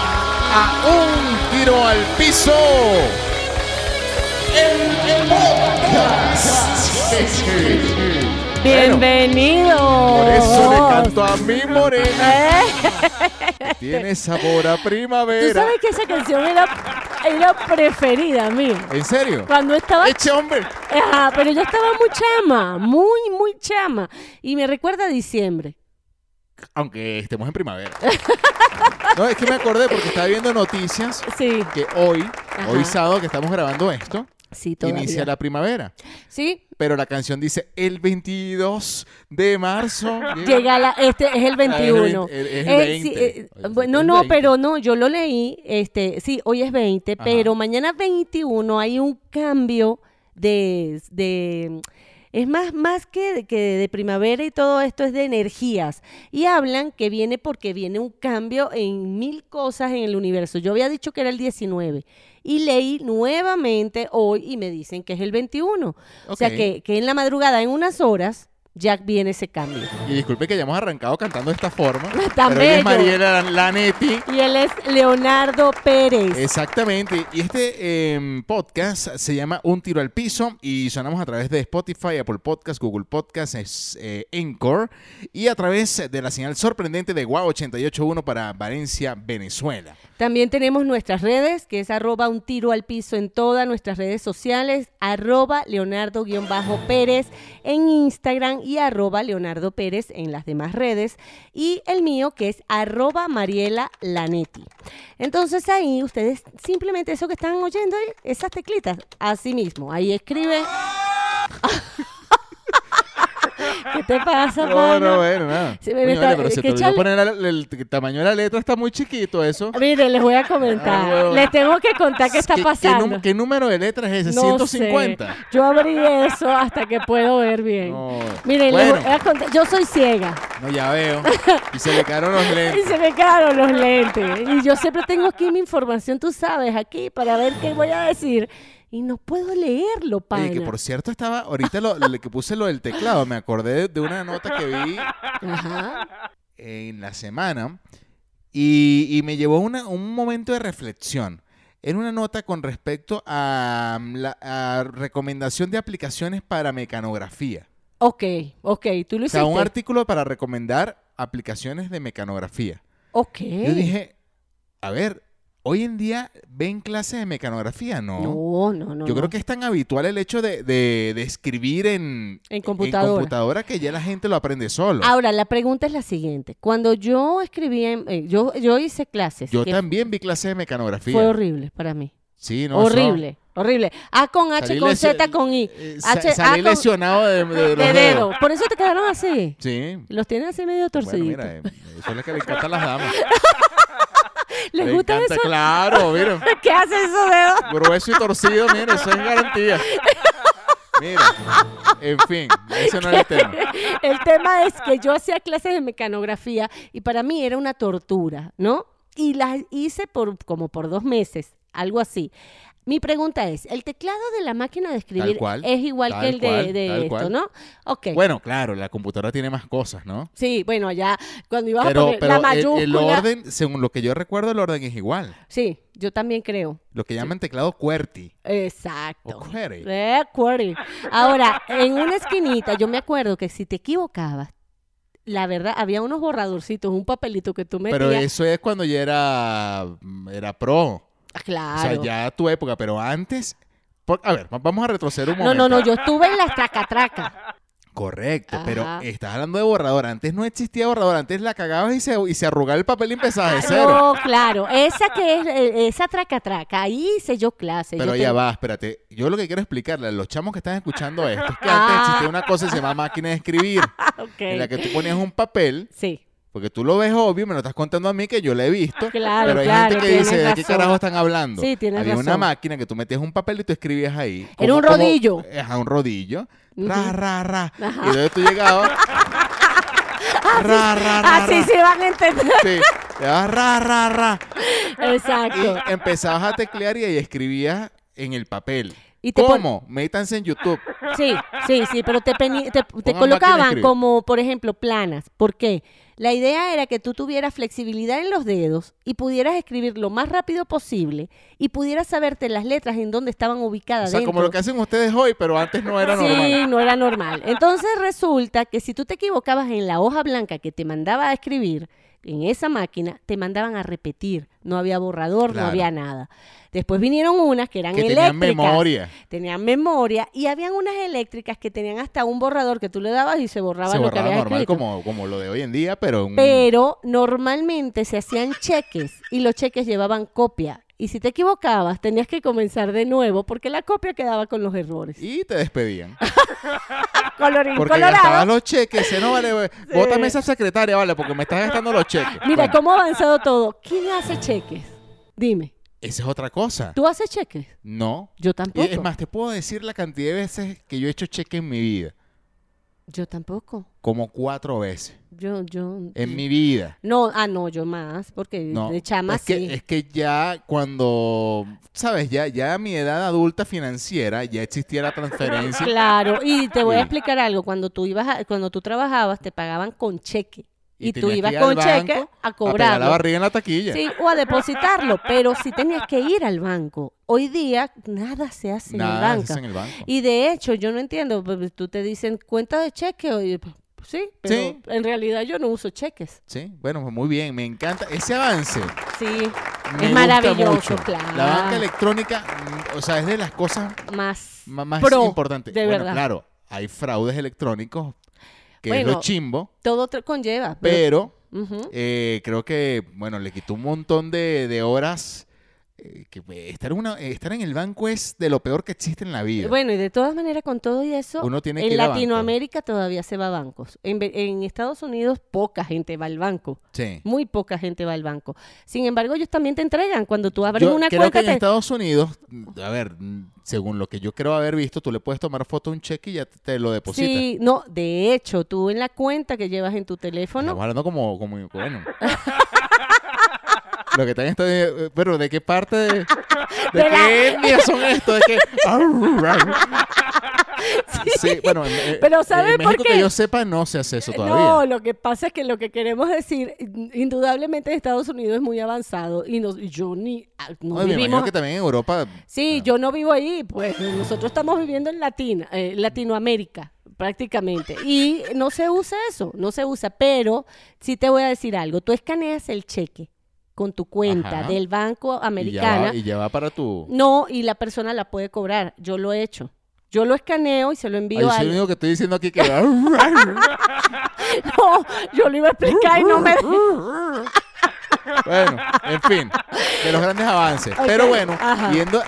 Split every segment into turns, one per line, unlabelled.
a un tiro al piso. El podcast.
Bienvenido. Oh,
Por eso le canto a mi morena. Tiene sabor a
Tú
primavera.
sabes que esa canción era, era preferida mía.
¿En serio?
Cuando estaba.
Eche hombre.
Ajá, pero yo estaba muy chama, muy, muy chama. Y me recuerda a diciembre.
Aunque estemos en primavera. No, es que me acordé porque estaba viendo noticias
Sí,
que hoy,
Ajá.
hoy sábado que estamos grabando esto,
sí, todavía.
inicia la primavera.
Sí,
Pero la canción dice el 22 de marzo.
Llega la, este es el 21.
Ah, el- es el
Eh, sí,
20.
eh,
Hoy es
bueno,
el
no,
20.
pero no, yo lo leí, este, sí, hoy es 20,
Ajá.
pero mañana 21 hay un cambio de, de es más, más que, que de primavera y todo esto es de energías. Y hablan que viene porque viene un cambio en mil cosas en el universo. Yo había dicho que era el 19 y leí nuevamente hoy y me dicen que es el 21. O sea
Ok.
que, que en la madrugada, en unas horas, ya viene ese cambio.
Y disculpe que hayamos arrancado cantando de esta forma.
Tan
pero ella es
bello.
Mariela Lanetti.
Y él es Leonardo Pérez.
Exactamente. Y este eh, podcast se llama Un Tiro al Piso y sonamos a través de Spotify, Apple Podcast, Google Podcast, es, eh, Anchor y a través de la señal sorprendente de Guau 881 para Valencia, Venezuela.
También tenemos nuestras redes, que es arroba un tiro al piso en todas nuestras redes sociales, arroba Leonardo-Pérez en Instagram y arroba Leonardo Pérez en las demás redes. Y el mío, que es arroba Mariela Lanetti. Entonces ahí ustedes simplemente eso que están oyendo, ahí, esas teclitas, así mismo, ahí escribe. ¿Qué te pasa,
No,
pana?
no, bueno, nada.
Sí, me está-
vale, pero se
que
te olvidó
chale-
poner la- el, el tamaño de la letra, está muy chiquito eso.
Mire, les voy a
Ah,
comentar.
huevo.
Les tengo que contar qué está
¿Qué- qué
pasando.
num- ¿Qué, número de letras es ese?
No sé.
150.
Yo abrí eso hasta que puedo ver bien.
No.
Miren, les
Bueno.
voy a contar- yo soy ciega
No, ya veo. Y se le quedaron los
y
lentes.
se me quedaron los lentes. Y yo siempre tengo aquí mi información, tú sabes, aquí para ver qué voy a decir. Y no puedo leerlo, pana.
Oye, que por cierto estaba, ahorita lo, lo que puse lo del teclado, me acordé de una nota que vi
Ajá.
en la semana y, y me llevó a una- un momento de reflexión. Era una nota con respecto a mm, la a recomendación de aplicaciones para mecanografía.
Ok, ok, tú lo
O
hiciste.
sea, un artículo para recomendar aplicaciones de mecanografía.
ok.
Yo dije, a ver, hoy en día ven clases de mecanografía, ¿no?
no, no, no.
Yo
no.
creo que es tan habitual el hecho de, de- de escribir en,
En computadora. Ah,
computadora que ya la gente lo aprende solo.
Ahora, la pregunta es la siguiente. Cuando yo escribía, en- eh, yo, yo hice clases.
Yo
que
también vi clases de mecanografía.
Fue horrible para mí.
Sí, no, eso-
horrible, horrible. A con H,
salí
con
lesio-
Z, con I.
eh, sa-
H,
salí
A con
lesionado de, de
de
los
dedo.
dedos.
Por eso te quedaron así.
Sí.
Los tienes así medio
Bueno,
torciditos.
mira, eh, eso es lo que le encanta a las damas.
¿Les
Le
gusta
encanta,
eso?
Claro, mira.
¿Qué hacen esos dedos?
Grueso y torcido, mira, eso es garantía. Mira, en fin, ese no es el tema.
El tema es que yo hacía clases de mecanografía y para mí era una tortura, ¿no? Y las hice por como por dos meses, algo así. Mi pregunta es, ¿el teclado de la máquina de escribir
cual,
es igual
tal
que el de,
cual,
de
tal
esto,
cual.
no? Ok.
Bueno, claro, la computadora tiene más cosas, ¿no?
sí, bueno, ya cuando ibas a
Pero,
poner
pero
Ah, la
el-
mayúscula...
el, orden, según lo que yo recuerdo, el orden es igual.
Sí, yo también creo.
Lo que llaman teclado QWERTY.
Exacto.
O query.
Eh, query. Ahora, en una esquinita, yo me acuerdo que si te equivocabas, la verdad, había unos borradorcitos, un papelito que tú metías.
Pero eso es cuando ya era, era pro.
Ah, Claro.
O sea, ya tu época, pero antes. por- a ver, va- vamos a retroceder un
no,
momento.
no, no, yo estuve en la tracatraca.
Correcto, pero
Ajá.
estás hablando de borrador. Antes no existía borrador, antes la cagabas y se, y se arrugaba el papel y empezabas de cero.
Ah, No, claro. Esa que es, eh, esa tracatraca, ahí hice yo clase.
Pero
yo
ya
ten-
va, espérate. Yo lo que quiero explicarle a los chamos que están escuchando esto es que
Ah.
antes existía una cosa que se llama máquina de escribir,
Ah, ok.
en la que tú ponías un papel,
Sí.
porque tú lo ves obvio, me lo estás contando a mí que yo lo he visto.
Claro,
pero hay
claro,
gente que
tienes
dice, ¿de qué
razón.
carajo están hablando?
Sí, tienes
Había una
razón.
máquina que tú metías un papel y tú escribías ahí.
Era un rodillo.
Ajá, un rodillo. Ra,
Ujú.
ra, ra. Y entonces tú llegabas. ra, ra, ra,
Así
ra.
se Ah, van a entender.
Sí. Le dabas ra, ra, ra.
Exacto.
Y empezabas a teclear y ahí escribías en el papel.
Y te pon-
¿Cómo? Métanse en YouTube.
Sí, sí, sí, pero te, peni- te, te
Pongan máquina de
colocaban
escribir.
como, por ejemplo, planas. ¿Por qué? La idea era que tú tuvieras flexibilidad en los dedos y pudieras escribir lo más rápido posible y pudieras saberte las letras en dónde estaban
O
ubicadas.
sea, como
dentro.
lo que hacen ustedes hoy, pero antes no era normal.
Sí, no era normal. Entonces resulta que si tú te equivocabas en la hoja blanca que te mandaba a escribir, en esa máquina te mandaban a repetir. No había borrador,
Claro.
no había nada. Después vinieron unas que eran
Que
eléctricas.
tenían memoria.
Tenían memoria y habían unas eléctricas que tenían hasta un borrador que tú le dabas y se borraba
Se
lo que
borraba
habías
normal
escrito.
como, mm. como lo de hoy en día, pero... un-
Pero normalmente se hacían cheques y los cheques llevaban copia. Y si te equivocabas, tenías que comenzar de nuevo porque la copia quedaba con los errores.
Y te despedían.
Colorín
Porque
colorado.
gastabas los cheques. Se no vale, güey. bótame esa secretaria, vale, porque me estás gastando los cheques.
Mira,
Bueno,
¿cómo ha avanzado todo? ¿Quién hace cheques? Dime,
Esa es otra cosa.
¿tú haces cheques?
No.
Yo
Y
tampoco.
es más, te puedo decir la cantidad de veces que yo he hecho cheques en mi vida.
Yo tampoco.
Como cuatro veces.
Yo, yo.
En mi vida.
No, ah, no, yo más, porque
em No,
de chama
es que,
sí.
es que ya cuando, sabes, ya, ya a mi edad adulta financiera ya existía la transferencia.
Claro, y te voy
Sí.
a explicar algo. Cuando tú ibas, a- cuando tú trabajabas, te pagaban con cheque.
Y
Y, tú
tenías que
ibas
ir al
con cheque
banco A
a
pegar la
cobrarlo.
barriga en la taquilla.
Sí, o a depositarlo, pero si tenías que ir al banco. Hoy día nada se hace
Nada
en
se hace
el banco.
en el banco.
Y de hecho, yo no entiendo, pues, tú te dicen cuenta de cheque, oye, pues, sí, pero
Sí.
en realidad yo no uso cheques.
Sí, bueno, pues muy bien, me encanta ese avance.
Sí,
me gusta
maravilloso,
mucho.
claro.
La banca electrónica, mm, o sea, es de las cosas
más,
ma- más
pro,
importantes.
de
bueno,
verdad.
claro, hay fraudes electrónicos, que es lo
Bueno,
chimbo,
Todo otro conlleva. Pero, ¿Mm?
pero
Ujú.
Eh, creo que, bueno, le quitó un montón de, de horas. eh, que eh, estar, en una, eh, estar en el banco es de lo peor que existe en la vida.
bueno, y de todas maneras, con todo y eso,
Uno tiene que
en
ir a banco.
Latinoamérica todavía se va a bancos. En, ve- en Estados Unidos, poca gente va al banco.
Sí.
Muy poca gente va al banco. Sin embargo, ellos también te entregan. Cuando tú abres
Yo
una
creo que
cuenta,
en
te-
Estados Unidos, mm, a ver, mm, según lo que yo creo haber visto, tú le puedes tomar foto a un cheque y ya te- te lo depositas.
Sí, no, de hecho, tú en la cuenta que llevas en tu teléfono,
Estamos hablando como, como bueno. Lo que también está de- pero ¿de qué parte de, de qué
la-
etnia son estos? ¿De qué? sí, bueno, en- en-
Pero ¿sabe
en
por
México que
qué?
yo sepa no se hace eso
eh, No,
todavía.
lo que pasa es que lo que queremos decir, in- indudablemente Estados Unidos es muy avanzado y nos, yo ni ah, no
Oye, me imagino
vivimos.
que también en Europa Ah.
Sí, yo no vivo ahí, pues nosotros estamos viviendo en Latina, eh, Latinoamérica prácticamente y no se usa eso, no se usa, pero sí te voy a decir algo, tú escaneas el cheque con tu cuenta
Ajá.
del banco
y ya, va,
americana
y ya va para tu...
No, y la persona la puede cobrar. Yo lo he hecho. Yo lo escaneo y se lo
Ay,
envío
yo
a
soy el
alguien.
único que estoy diciendo aquí que...
No, yo lo iba a explicar y no
Uh,
me...
Bueno, en fin, de los grandes avances.
Ok,
Pero bueno,
ajá.
yendo.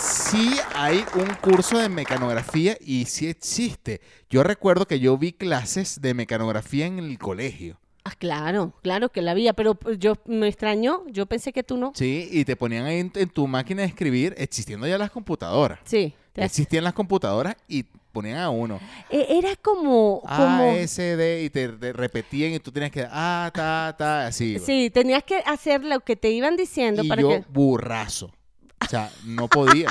Sí hay un curso de mecanografía y sí existe. Yo recuerdo que yo vi clases de mecanografía en el colegio.
Ah, claro, claro que la había, pero pues, yo me extrañó. Yo pensé que tú no.
Sí, y te ponían ahí en, en tu máquina de escribir, existiendo ya las computadoras.
Sí. te hace-
Existían las computadoras y ponían a uno
Eh, Era como...
A,
como-
S, D y te, te repetían y tú tenías que ah, ta, ta, así. iba.
Sí, tenías que hacer lo que te iban diciendo
y
para
yo
que...
burrazo. O sea, no podía.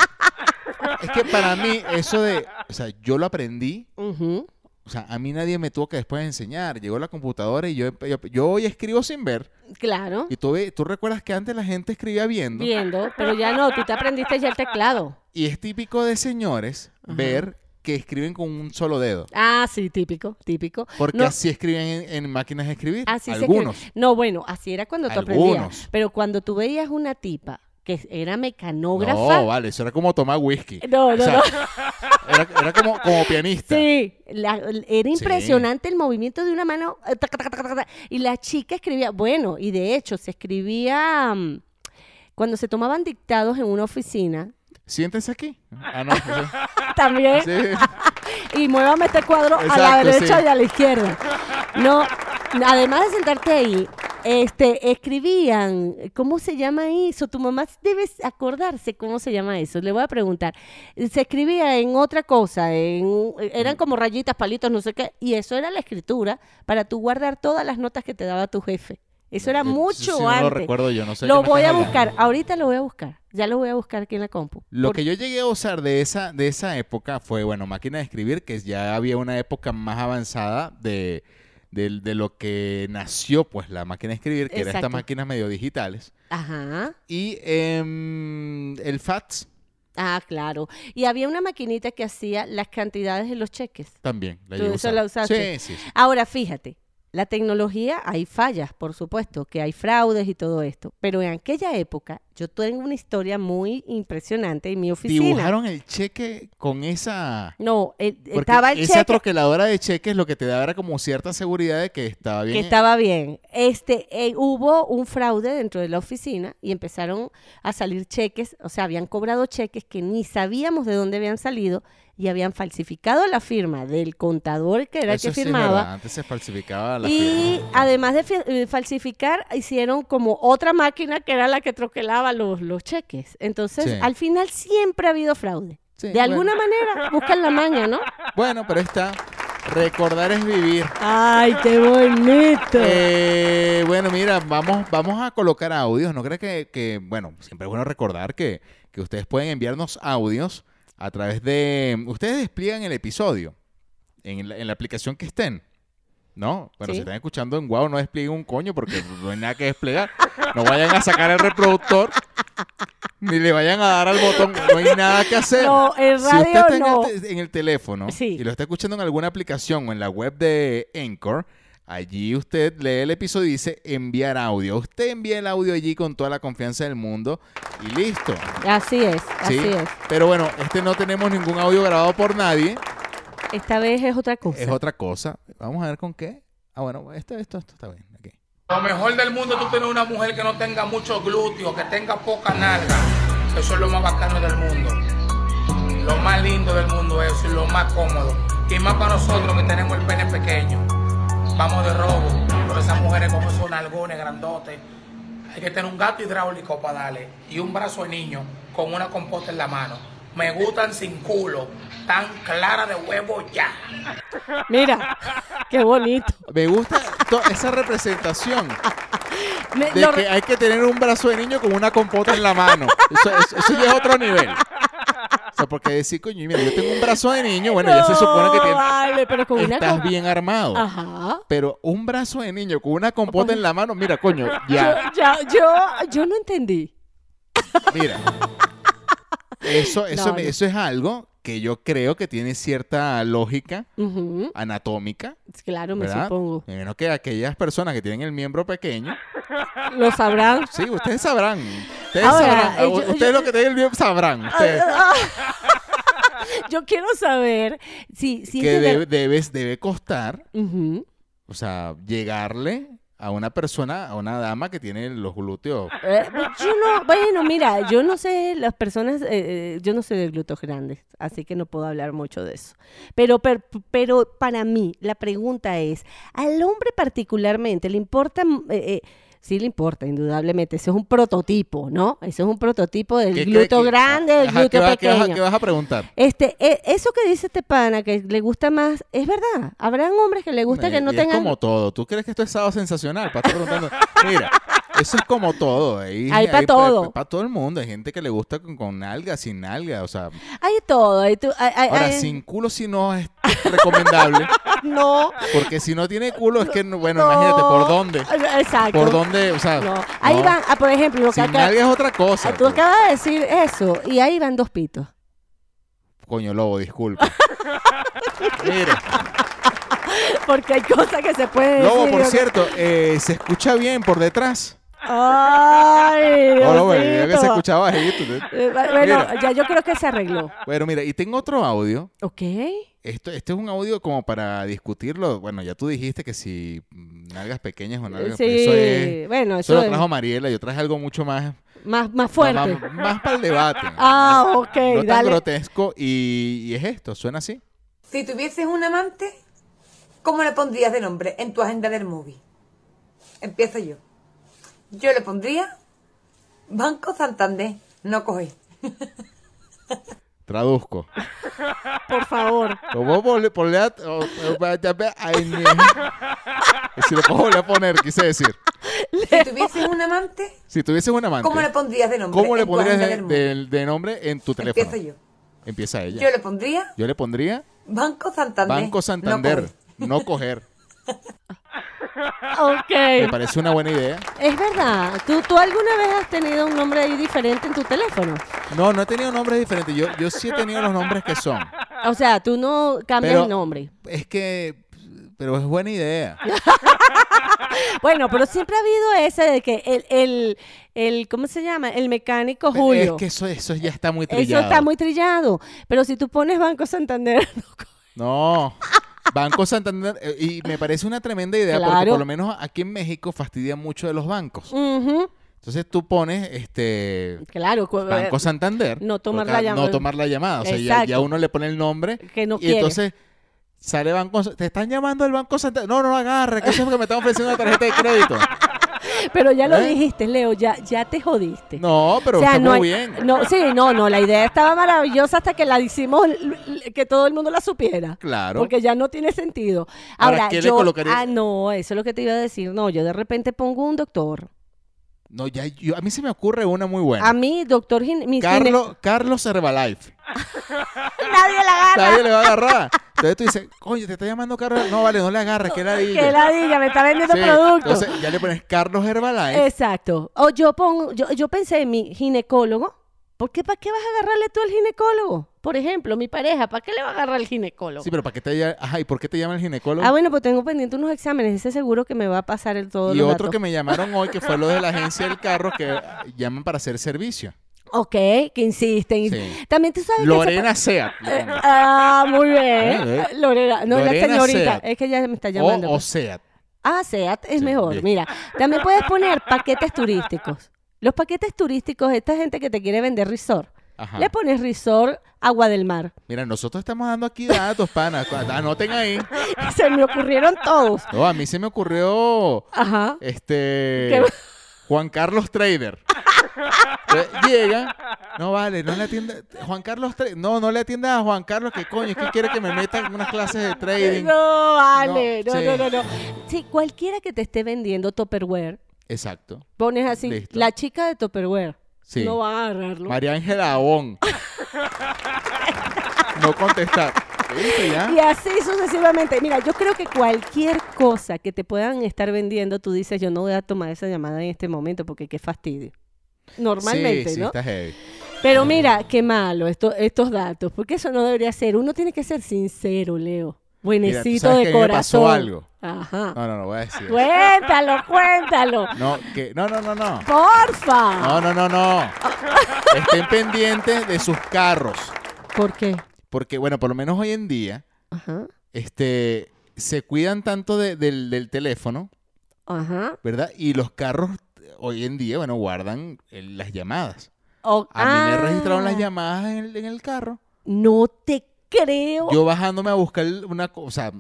es que para mí eso de, o sea, yo lo aprendí,
Ujú.
o sea, a mí nadie me tuvo que después enseñar. Llegó la computadora y yo yo, yo hoy escribo sin ver.
Claro,
Y tú, ve- tú recuerdas que antes la gente escribía viendo
viendo, pero ya no, tú te aprendiste ya el teclado.
y es típico de señores ver que escriben con un solo dedo.
Ah, sí, típico, típico.
Porque
No,
así escriben en, en máquinas de escribir.
Así se escribe.
Algunos.
No, bueno, así era cuando tú
Algunos.
aprendías. Pero cuando tú veías una tipa que era mecanógrafa.
No, vale, eso era como tomar whisky.
No, no,
O sea,
no.
Era, era como, como pianista.
Sí, la- era impresionante el movimiento de una mano. eh, taca, taca, taca, taca, y la chica escribía, bueno, y de hecho se escribía mm, cuando se tomaban dictados en una oficina.
Siéntense aquí. Ah, no. eso-
También,
Sí.
y muévame este cuadro a la
Exacto,
derecha
sí.
y a la izquierda. No, además de sentarte ahí, este, escribían, ¿cómo se llama eso? Tu mamá debe acordarse cómo se llama eso. Le voy a preguntar. Se escribía en otra cosa, en, eran como rayitas, palitos, no sé qué, y eso era la escritura para tú guardar todas las notas que te daba tu jefe. Eso era
Eh,
mucho
sí,
antes.
No lo recuerdo yo, no sé. de
Lo
qué me
voy a
estás hablando.
buscar, ahorita lo voy a buscar. Ya lo voy a buscar aquí en la compu.
Lo
Porque-
que yo llegué a usar de esa, de esa época fue, bueno, máquina de escribir, que ya había una época más avanzada de, del- de, lo que nació pues la máquina de escribir, que eran
Exacto.
estas máquinas medio digitales.
Ajá.
Y em, el fax
Ah, claro. Y había una maquinita que hacía las cantidades de los cheques.
también. La
Tú
llevo
eso
usando.
la usaste.
Sí, sí, sí.
Ahora, fíjate, la tecnología, hay fallas, por supuesto, que hay fraudes y todo esto. Pero en aquella época, yo tengo una historia muy impresionante en mi oficina.
Dibujaron el cheque con esa...
No, eh,
Porque
estaba el
esa
cheque
troqueladora de cheques lo que te daba era como cierta seguridad de que estaba bien.
que estaba bien. Este, eh, hubo un fraude dentro de la oficina y empezaron a salir cheques, o sea, habían cobrado cheques que ni sabíamos de dónde habían salido y habían falsificado la firma del contador que era el
Eso
que
sí es
firmaba.
verdad, Antes se falsificaba la
y
firma.
además de fi- eh, falsificar, hicieron como otra máquina que era la que troquelaba los, los cheques. Entonces,
Sí.
al final siempre ha habido fraude.
Sí,
de
bueno.
alguna manera, buscan la maña, ¿no?
Bueno, pero ahí está. Recordar es vivir.
¡Ay, qué bonito!
Eh, bueno, mira, vamos, vamos a colocar audios. ¿No crees que, que, bueno, siempre es bueno recordar que, que ustedes pueden enviarnos audios a través de... Ustedes despliegan el episodio en la, en la aplicación que estén. ¿No? Bueno,
Sí.
si están escuchando en Wow, no desplieguen un coño porque no hay nada que desplegar. No vayan a sacar el reproductor ni le vayan a dar al botón. No hay nada que hacer.
No, el
Si usted
radio
está en el
no.
te- en el teléfono
Sí.
y lo está escuchando en alguna aplicación o en la web de Anchor, allí usted lee el episodio y dice enviar audio. Usted envía el audio allí con toda la confianza del mundo y listo.
Así es,
¿sí?
así es.
Pero bueno, este no tenemos ningún audio grabado por nadie.
Esta vez es otra cosa.
Es otra cosa. Vamos a ver con qué. Ah, bueno, esto, esto, esto está bien. ok.
Lo mejor del mundo es tú tienes una mujer que no tenga muchos glúteos, que tenga poca nalga. Eso es lo más bacano del mundo. Lo más lindo del mundo es eso, y lo más cómodo. Y más para nosotros que tenemos el pene pequeño. Vamos de robo. Pero esas mujeres como son algones grandotes. Hay que tener un gato hidráulico para darle. Y un brazo de niño con una composta en la mano. Me gustan sin culo. Tan clara de huevo ya.
Mira, qué bonito.
Me gusta to- esa representación
Me-
de
lo
que
re-
hay que tener un brazo de niño con una compota en la mano. Eso, eso- eso ya es otro nivel. O sea, porque decir, coño, mira, yo tengo un brazo de niño, bueno, ya se supone que
No,
tiene-
Vale, pero con una Ah.
estás
cosa-
bien armado.
Ajá.
Pero un brazo de niño con una compota en la mano, mira, coño, ya,
Yo, ya- yo, yo no entendí.
mira. Eso, eso,
No,
me-
no.
eso es algo que yo creo que tiene cierta lógica
Ujú,
anatómica,
Claro, me
¿verdad?
supongo.
Me imagino que aquellas personas que tienen el miembro pequeño,
Lo sabrán.
Sí, ustedes sabrán. Ustedes
Ahora,
sabrán.
eh,
U-
yo-
ustedes
yo-
lo que tienen bien sabrán. Ustedes-
Yo quiero saber si, si es
que
de ver-
debe, debes, debe costar,
Ujú.
o sea, llegarle a una persona, a una dama que tiene los glúteos.
Eh, yo no, bueno, mira, yo no sé, las personas, eh, eh, yo no sé de glúteos grandes, así que no puedo hablar mucho de eso. Pero, per- pero para mí, la pregunta es, al hombre particularmente, ¿le importa? mm, eh, eh, sí le importa, indudablemente, eso es un prototipo, ¿no? Eso es un prototipo del
¿Qué- qué-
glúteo
qué-
grande, del
ajá,
glúteo
¿qué vas- qué vas a-
pequeño.
¿Qué vas a preguntar?
Este, e- eso que dice este pana que le gusta más, es verdad. Habrán hombres que le gusta que
Eh,
no
y
tengan.
Es como todo. ¿Tú crees que esto es sábado sensacional? Para estar preguntando. Mira, eso es como todo. Ahí,
Hay pa' todo.
Para todo el mundo. Hay gente que le gusta con, con nalga, sin nalga. O sea,
Hay todo. Hay tu- hay- hay-
ahora,
hay-
sin culo si no es recomendable.
No.
Porque si no tiene culo es que, no- bueno,
no.
imagínate, ¿por dónde?
Exacto.
¿Por dónde? O sea,
No. Ahí
no.
van, ah, por ejemplo, lo que
Sin
acá-
nalga es otra cosa.
ah, tú
pues.
acabas de decir eso y ahí van dos pitos.
Coño, lobo, disculpa. Mira,
Porque hay cosas que se pueden
lobo,
decir.
por
yo-
cierto, eh, se escucha bien por detrás.
Ay,
No, no, bueno, yo que se
Diosito.
escuchaba bajito. ¿eh?
Eh, va- Bueno,
Mira.
ya yo creo que se arregló.
Bueno, mira, y tengo otro audio.
Ok.
Esto, este es un audio como para discutirlo. Bueno, ya tú dijiste que si mm, nalgas pequeñas o nalgas... pues,
Sí,
Eso, es,
bueno,
eso
eso,
lo
es
trajo Mariela. Yo traje algo mucho más...
más, más fuerte.
Más, para el debate.
Ah, ok,
no tan
dale.
grotesco. Y, y es esto, suena así.
Si tuvieses un amante, ¿cómo le pondrías de nombre en tu agenda del movie? Empiezo yo. Yo le pondría Banco Santander, no coge.
Traduzco.
Por favor.
Lo puedo volver- poner a- o- o- ay, mi- Si lo puedo volver a poner, quise decir.
Si tuvieses un amante,
Si tuvieses un amante,
¿cómo le pondrías de nombre
¿cómo le
en tu
pondrías
agenda
de,
del movie?
del- de nombre en tu teléfono?
Empiezo yo.
Empieza ella.
Yo
Yo
le pondría
le, pondría
Banco Santander.
Banco
no
Santander,
coge.
no coger. Me
Ok.
parece una buena idea.
Es verdad. ¿Tú, ¿Tú alguna vez has tenido un nombre ahí diferente en tu teléfono?
No, no he tenido nombres diferentes. Yo, yo sí he tenido los nombres que son.
O sea, tú no cambias
Pero-
el nombre.
Es que. Pero es buena idea.
Bueno, pero siempre ha habido ese de que el, el, el ¿cómo se llama? El mecánico
Es
Julio.
que eso, eso ya está muy
Eso
trillado.
está muy trillado. Pero si tú pones Banco Santander,
No. Banco Santander. eh, Y me parece una tremenda idea porque
Claro.
por lo menos aquí en México fastidia mucho de los bancos.
ujú,
Entonces tú pones este.
claro. cu-
Banco Santander.
eh, no tomar
porque
la
a-
llamada.
No tomar la llamada. O sea, ya,
Exacto.
ya uno le pone el nombre.
Que no
y
quiere.
entonces sale Banco Te están llamando el Banco Santander. No, no, agarra, que eso es lo que me están ofreciendo una tarjeta de crédito.
Pero ya lo
¿Eh?
dijiste, Leo, ya, ya te jodiste.
No, pero
O sea,
está
no
muy
hay-
bien.
No, sí, no, no, la idea estaba maravillosa hasta que la hicimos, l- l- que todo el mundo la supiera.
Claro.
Porque ya no tiene sentido.
Ahora,
Ahora,
¿qué le
yo,
colocaría?
ah, no, eso es lo que te iba a decir. No, yo de repente pongo un doctor.
No, ya yo- a mí se me ocurre una muy buena.
A mí, doctor, gine- mi gine-
Carlos, Carlos Herbalife.
nadie la gana.
Nadie le va a agarrar. Entonces tú dices, coño, te está llamando Carlos. No, vale, no le agarres, que la
Que la diga, me está vendiendo productos.
Entonces ya le pones Carlos Herbalife.
Exacto. O yo pongo, yo, yo pensé en mi ginecólogo. ¿Por qué? ¿Para qué vas a agarrarle tú al ginecólogo? Por ejemplo, mi pareja, ¿para qué le va a agarrar al ginecólogo?
Sí, pero ¿para qué te llama? Ajá, ¿y por qué te llama el ginecólogo?
Ah, bueno, pues tengo pendiente unos exámenes, ese seguro que me va a pasar el todo.
y otro que me llamaron hoy, que fue lo de la agencia del carro, que llaman para hacer servicio.
Ok, que insisten.
Sí.
También tú sabes
Lorena Sea.
que... se pa- Eh, Ah, muy
Eh,
bien. Lorena, no,
Lorena Oh,
la señorita,
Seat.
es que ella me está llamando.
O, o Seat.
Ah, SEAT es
Sí,
mejor.
bien.
Mira, también puedes poner paquetes turísticos. Los paquetes turísticos, esta gente que te quiere vender resort,
Ajá.
le pones resort agua del mar.
Mira, nosotros estamos dando aquí datos, panas. Anoten ahí.
Se me ocurrieron todos.
No, a mí se me ocurrió
Ajá.
Este.
¿Qué?
Juan Carlos Trader. Entonces, Llega. No vale, no le atienda. Juan Carlos Trader. No, no le atienda a Juan Carlos. que coño? Es que quiere que me meta en unas clases de trading.
No, vale, no,
sí.
no, no, no. Sí, cualquiera que te esté vendiendo Tupperware,
Exacto.
pones así,
Listo.
la chica de Tupperware.
Sí.
No va a agarrarlo.
María Ángela Abón. No contestar. ¿Viste
Y
ya?
así sucesivamente. Mira, yo creo que cualquier cosa que te puedan estar vendiendo, tú dices, yo no voy a tomar esa llamada en este momento porque qué fastidio. Normalmente,
sí, sí,
¿no?
está heavy.
Pero mira, qué malo esto, estos datos, porque eso no debería ser. Uno tiene que ser sincero, Leo.
Mira,
Buenecito
tú sabes
de
que a mí me pasó
corazón.
algo. Ah,
Ajá.
No, no, no voy a decir.
Cuéntalo, cuéntalo.
No, que, no, no, no, no.
Porfa.
No, no, no, no. Estén pendientes de sus carros.
¿Por qué?
Porque, bueno, por lo menos hoy en día,
Ajá.
este, se cuidan tanto de- del, del teléfono,
Ajá.
¿verdad? Y los carros eh, hoy en día, bueno, guardan eh, las llamadas.
O-
A mí me registraron las
Ah,
llamadas en el, en el carro.
No te creo.
Yo bajándome a buscar una cosa,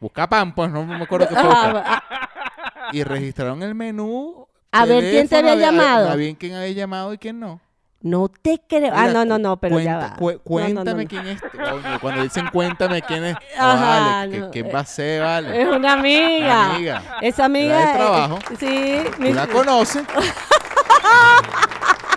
buscar pan, pues no me acuerdo qué fue.
Ah,
buscar.
ah,
Y registraron el menú.
A ver quién te
teléfono,
había
a ver-
llamado.
A ver quién había llamado y quién no.
No te creo. Ah,
Mira,
no, no, no, pero
cuenta-
ya va.
cu-
No, no, no,
cuéntame
no.
quién es. este. Coño, cuando dicen cuéntame quién es. no
Ajá,
vale, que-
no,
¿quién
eh,
va a ser, vale?
Es una amiga.
Una amiga.
Esa amiga.
Era de
eh,
trabajo.
sí. mi-
Tú la conoces.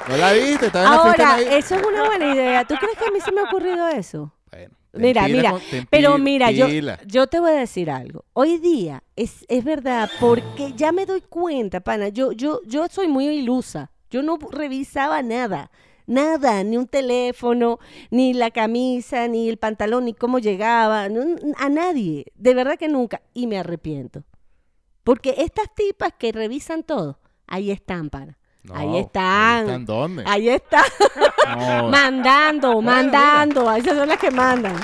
no la viste, estaba en la fiesta
Ahora, eh,
de Navidad.
eso es una buena idea. ¿Tú crees que a mí se me ha ocurrido eso?
Bueno, ten
Mira,
pila
mira,
con- ten
pero
pi-
mira, yo,
pila.
yo te voy a decir algo. Hoy día es, es verdad, porque ya me doy cuenta, pana, yo, yo, yo soy muy ilusa. Yo no revisaba nada, nada, ni un teléfono, ni la camisa, ni el pantalón, ni cómo llegaba, no, n- a nadie. De verdad que nunca. Y me arrepiento. Porque estas tipas que revisan todo, ahí están, pana.
No,
ahí están.
¿ahí están dónde?
Ahí están.
No,
Mandando,
mira.
mandando. Esas son las que mandan.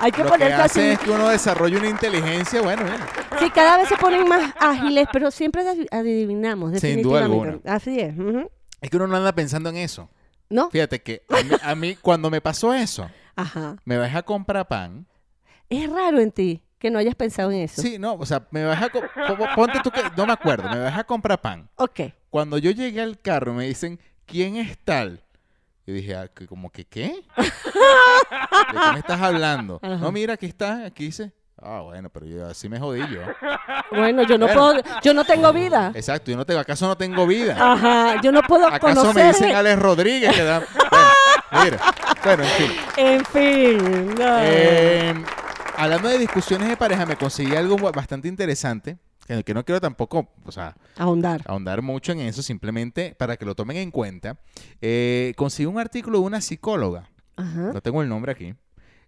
Hay que
lo que
ponerse
hace
así.
es que uno desarrolla una inteligencia, bueno, mira.
Sí, cada vez se ponen más ágiles, pero siempre adi- adivinamos,
Sin duda
definitivamente. Así es. ujú.
es que uno no anda pensando en eso.
¿No?
Fíjate que a mí, a mí, cuando me pasó eso,
Ajá.
me bajé a comprar pan.
Es raro en ti que no hayas pensado en eso.
Sí, no, o sea, me bajé a... co- po- Ponte tú que... No me acuerdo, me bajé a comprar pan.
Ok.
Cuando yo llegué al carro me dicen, ¿quién es tal? Yo dije, ah, que- como que qué? ¿De qué me estás hablando?
Ajá.
No, mira, aquí está, aquí dice. Ah, bueno, pero yo así me jodí yo.
Bueno, yo no
Bueno.
puedo, yo no tengo vida.
Exacto, yo no tengo, ¿acaso no tengo vida?
Ajá, yo Ah, no puedo
¿Acaso me
conocer.
dicen Alex Rodríguez? Que da- Bueno, mira, bueno, en fin. Em,
En fin, no. Ah.
Eh, hablando de discusiones de pareja, me conseguí algo bu- bastante interesante que que no quiero tampoco, o sea,
Ahondar.
ahondar mucho en eso, simplemente para que lo tomen en cuenta, eh, conseguí un artículo de una psicóloga,
Ajá.
no tengo el nombre aquí,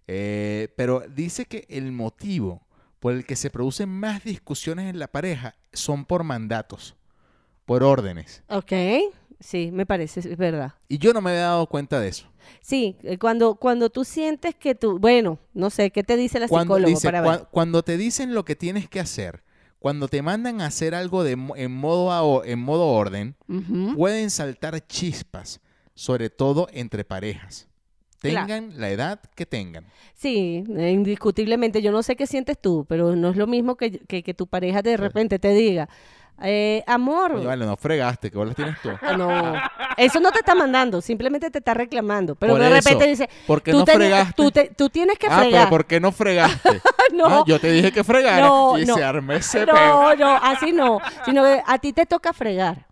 eh, pero dice que el motivo por el que se producen más discusiones en la pareja son por mandatos, por órdenes.
Ok. Sí, me parece, es verdad.
Y yo no me había dado cuenta de eso.
Sí, eh, cuando, cuando tú sientes que tú, bueno, no sé, ¿qué te dice la
Cuando,
psicóloga
dice,
para
cua-
ver?
cuando te dicen lo que tienes que hacer, cuando te mandan a hacer algo de, mo- en, modo a o- en modo orden,
Ujú.
pueden saltar chispas, sobre todo entre parejas.
Claro.
Tengan la edad que tengan.
Sí, eh, indiscutiblemente. Yo no sé qué sientes tú, pero no es lo mismo que, que, que tu pareja de repente te diga, eh, amor.
Oye, vale, no fregaste, que bolas tienes tú.
Ah, No, eso no te está mandando, simplemente te está reclamando. Pero
Por
de
eso,
repente dice,
¿por qué
tú,
no
teni-
fregaste?
tú, te- tú tienes que
ah,
fregar.
pero ¿por qué no fregaste?
No.
Ah, yo te dije que fregara
No,
y
no.
se armó ese peo.
No, no, así no, sino que a ti te toca fregar.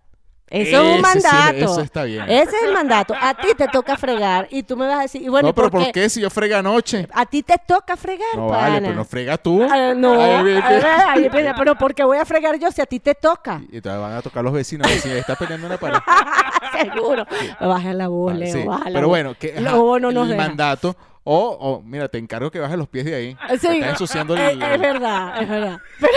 Eso es un
Ese sí,
mandato.
eso está bien.
Ese es el mandato. A ti te toca fregar y tú me vas a decir, y bueno, ¿y
no, pero ¿por
por
qué? si yo fregué anoche?
A ti te toca fregar,
No
pana.
vale, pero no frega tú.
Ah, no,
Ay, ve, ve.
ay, ay, pero- pero porque voy a fregar yo si a ti te toca.
Y te van a tocar los vecinos. Si estás peleando una pared.
Seguro. Baja la voz,
Vale,
Leo,
sí.
baja la
Pero
voz.
bueno, que ajá,
Lobo no nos
el
deja.
mandato. O, o, mira, te encargo que bajes los pies de ahí.
Sí, Eh,
Te estás ensuciando el.
es, es verdad, es verdad. Pero,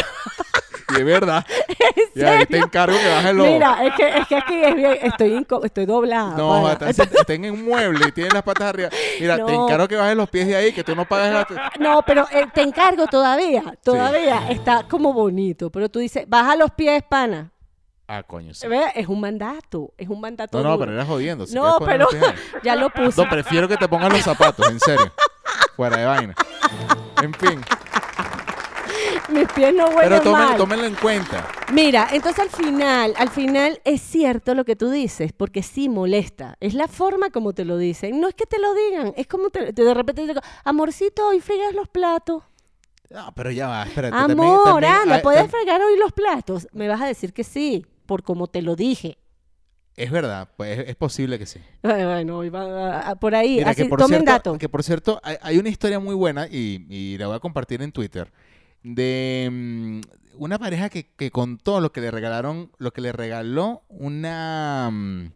y de verdad.
¿en
Y ahí te
serio?
encargo que bajes los.
Mira, Ah, es que, es que aquí es bien, estoy, incó- estoy doblada. pues.
No,
pana.
están sent- estén en un mueble y tienen las patas arriba. Mira, te
No.
encargo que bajes los pies de ahí, que tú no pagas la.
No, pero eh, te encargo todavía, todavía está como bonito, pero tú dices, baja los pies, pana.
Ah, coño. sí.
Ve, Es un mandato, es un mandato.
No, no,
duro.
pero eras jodiendo. si
No,
quieres
pero
poner los pies ahí.
ya lo puse.
No, prefiero que te pongan los zapatos, en serio. Fuera de vaina. En fin.
Mis pies no huelen
Pero tomen-
mal.
tómenlo en cuenta.
Mira, entonces al final, al final es cierto lo que tú dices, porque sí molesta. Es la forma como te lo dicen. No es que te lo digan, es como te, te- de repente te digo, amorcito, hoy fregas los platos.
No, pero ya va, espérate. también-
Amor,
también
anda,
hay-
¿puedes
tam-
fregar hoy los platos? Me vas a decir que sí, por como te lo dije.
Es verdad, pues es- es posible que sí.
Ay, Bueno, hoy va a- a- por ahí,
Mira,
así,
que por
tomen
cierto,
dato.
Que por cierto, hay, hay una historia muy buena y, y la voy a compartir en Twitter de mm, una pareja que, que contó lo que le regalaron, lo que le regaló una. mm, Me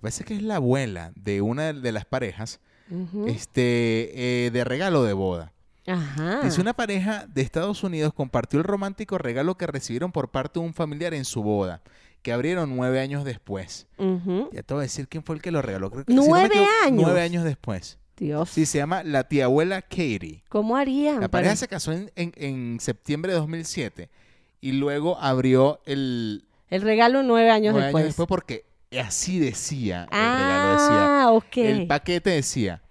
parece que es la abuela de una de las parejas,
Ujú.
este, eh, de regalo de boda.
Ajá.
Dice una pareja de Estados Unidos compartió el romántico regalo que recibieron por parte de un familiar en su boda, que abrieron nueve años después.
Ujú.
Ya te voy a decir quién fue el que lo regaló. Creo que- si no me
Nueve
equivoco,
años.
Nueve años después.
Dios.
Sí, se llama La tía abuela Katie.
¿Cómo harían?
La
para-
pareja se casó en, en- en septiembre de 2007 y luego abrió el
El regalo nueve años
nueve
después.
años después porque así decía el regalo. Decía,
ah, ok.
el paquete decía,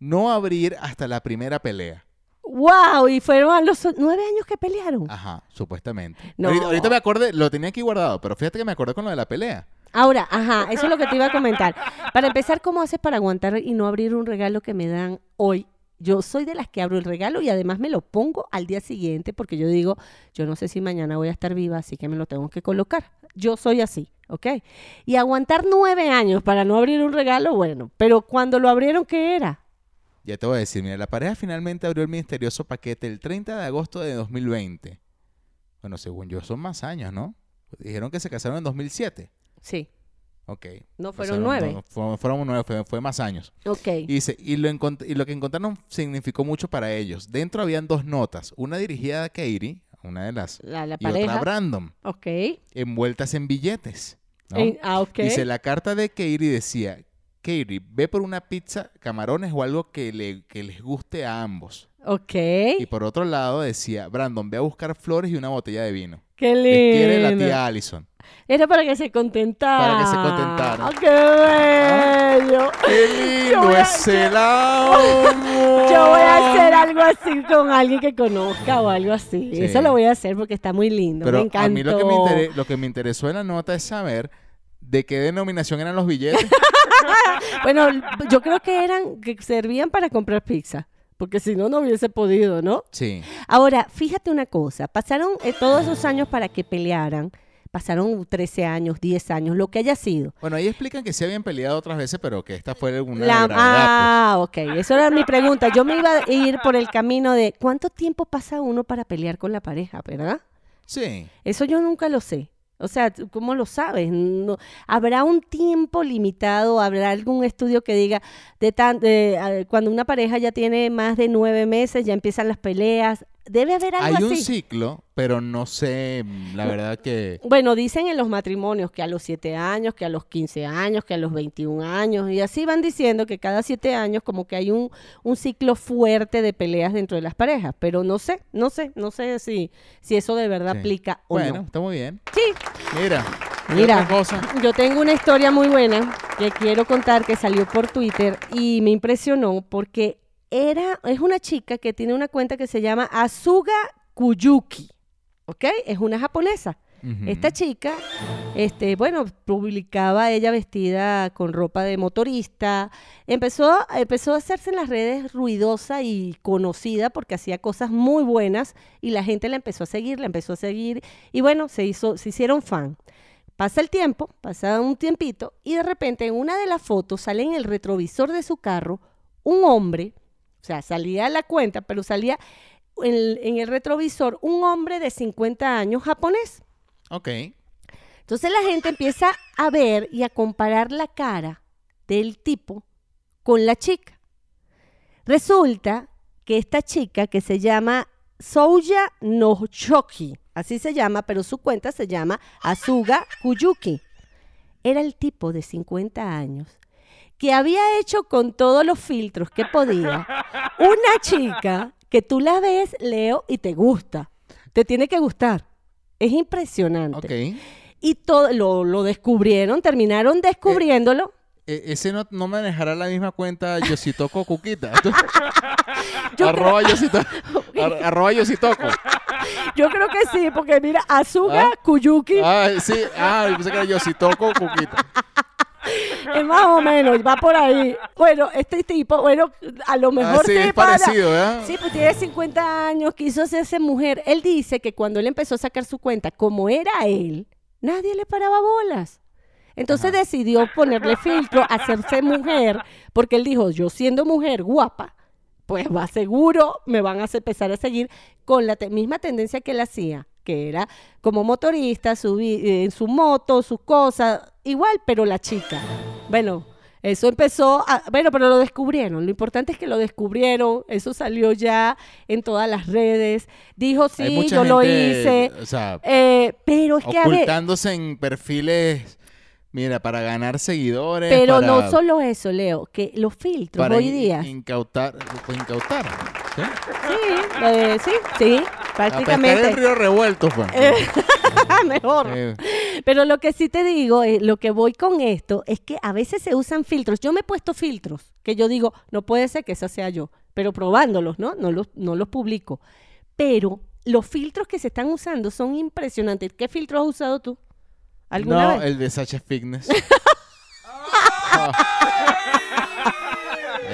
no abrir hasta la primera pelea.
wow, y fueron a los o- nueve años que pelearon.
Ajá, supuestamente.
No.
Ahorita, ahorita me acordé, lo tenía aquí guardado, pero fíjate que me acordé con lo de la pelea.
Ahora, ajá, eso es lo que te iba a comentar. Para empezar, ¿cómo haces para aguantar y no abrir un regalo que me dan hoy? Yo soy de las que abro el regalo y además me lo pongo al día siguiente porque yo digo, yo no sé si mañana voy a estar viva, así que me lo tengo que colocar. Yo soy así, ¿ok? Y aguantar nueve años para no abrir un regalo, bueno, pero cuando lo abrieron, ¿qué era?
Ya te voy a decir, mira, la pareja finalmente abrió el misterioso paquete el 30 de agosto de 2020. Bueno, según yo, son más años, ¿no? Dijeron que se casaron en 2007.
Sí,
Ok.
no
Pasaron-
fueron nueve.
no, fue- fueron nueve, fue, fue más años.
Ok.
Y, dice, y, lo encont- y lo que encontraron significó mucho para ellos. Dentro habían dos notas, una dirigida a Katie, una de las,
la, la
y otra
pareja.
a Brandon,
Ok.
envueltas en billetes. ¿no?
En- ah, ok.
Dice, la carta de Katie decía, Katie, ve por una pizza, camarones o algo que, le, que les guste a ambos.
Ok.
Y por otro lado decía, Brandon, ve a buscar flores y una botella de vino.
Qué lindo.
Les quiere la tía Allison.
Era para que se contentara.
Para que se contentara. Ah.
¡Ah, ¡Qué bello!
¡Qué
Yo
lindo
voy a-
es el amor!
Yo voy a hacer algo así con alguien que conozca o algo así.
Sí.
Eso lo voy a hacer porque está muy lindo.
Pero
me encantó.
a mí lo que, me intere- lo que me interesó de la nota es saber de qué denominación eran los billetes.
Bueno, yo creo que eran que servían para comprar pizza. Porque si no, no hubiese podido, ¿no?
Sí.
Ahora, fíjate una cosa. Pasaron eh, todos esos años para que pelearan. Pasaron 13 años, 10 años, lo que haya sido.
Bueno, ahí explican que se habían peleado otras veces, pero que esta fue una Pues,
La-
gravedad,
ah, ok. Eso era mi pregunta. Yo me iba a ir por el camino de cuánto tiempo pasa uno para pelear con la pareja, ¿verdad?
Sí.
Eso yo nunca lo sé. O sea, ¿tú ¿cómo lo sabes? No, ¿Habrá un tiempo limitado? ¿Habrá algún estudio que diga, de tan, de- a- cuando una pareja ya tiene más de nueve meses, ya empiezan las peleas? Debe haber algo
Hay un
así.
ciclo, pero no sé, mm, la verdad que...
Bueno, dicen en los matrimonios que a los 7 años, que a los 15 años, que a los 21 años, y así van diciendo que cada 7 años como que hay un, un ciclo fuerte de peleas dentro de las parejas, pero no sé, no sé, no sé si, si eso de verdad
sí.
aplica o
Bueno,
no.
está muy bien.
Sí,
Mira, ¿y
Mira,
otra cosa.
yo tengo una historia muy buena que quiero contar que salió por Twitter y me impresionó porque era, es una chica que tiene una cuenta que se llama Azuga Kuyuki, ¿ok? Es una japonesa.
Ujú.
Esta chica, este, bueno, publicaba ella vestida con ropa de motorista. Empezó, empezó a hacerse en las redes ruidosa y conocida porque hacía cosas muy buenas y la gente la empezó a seguir, la empezó a seguir y bueno, se hizo, se hicieron fan. Pasa el tiempo, pasa un tiempito y de repente en una de las fotos sale en el retrovisor de su carro un hombre, o sea, salía a la cuenta, pero salía en el- en el retrovisor un hombre de 50 años japonés.
Ok.
Entonces la gente empieza a ver y a comparar la cara del tipo con la chica. Resulta que esta chica que se llama Souya Nochoki, así se llama, pero su cuenta se llama Azuga Kuyuki, era el tipo de 50 años que había hecho con todos los filtros que podía una chica que tú la ves, Leo, y te gusta. Te tiene que gustar. Es impresionante.
Ok. E-
Y todo lo, lo descubrieron, terminaron
Eh.
descubriéndolo.
E-, ese no, no manejará la misma cuenta Yositoko Cuquita.
Yo
arroba Yositoko. ar- arroba Yositoko.
Yo creo que sí, porque mira, Azuga
¿Ah?
Kuyuki
Ah, sí. Ah, yo pensé que era Yositoko Cuquita.
es más o menos, va por ahí. Bueno, este tipo, bueno, a lo mejor
Ah, sí,
se
es
para.
parecido, ¿verdad?
Sí, pues tiene 50 años, quiso hacerse mujer. Él dice que cuando él empezó a sacar su cuenta, como era él, nadie le paraba bolas. Entonces decidió ponerle filtro, hacerse mujer, porque él dijo, yo siendo mujer guapa, pues va seguro, me van a hacer- empezar a seguir con la te- misma tendencia que él hacía, que era como motorista, subi- eh, en su moto, sus cosas, igual, pero la chica. Bueno, eso empezó, a- bueno, pero lo descubrieron, lo importante es que lo descubrieron, eso salió ya en todas las redes, dijo,
Hay
sí,
mucha
yo lo
gente,
hice,
O sea,
Eh, pero es que a ver...
ocultándose en perfiles, mira, para ganar seguidores.
Pero
para-
no solo eso, Leo, que los filtros
para
hoy
in-
día.
Incautar. pues, incautar. ¿sí?
Sí, eh, sí, sí,
A pescar en
prácticamente. Eh,
río revuelto, pues.
Mejor.
Eh,
Pero lo que sí te digo, eh, lo que voy con esto, es que a veces se usan filtros. Yo me he puesto filtros, que yo digo, no puede ser que esa sea yo, pero probándolos, ¿no? No los, no los publico. Pero los filtros que se están usando son impresionantes. ¿Qué filtro has usado tú? ¿Alguna
no,
vez?
el de Sacha Fitness. Ah.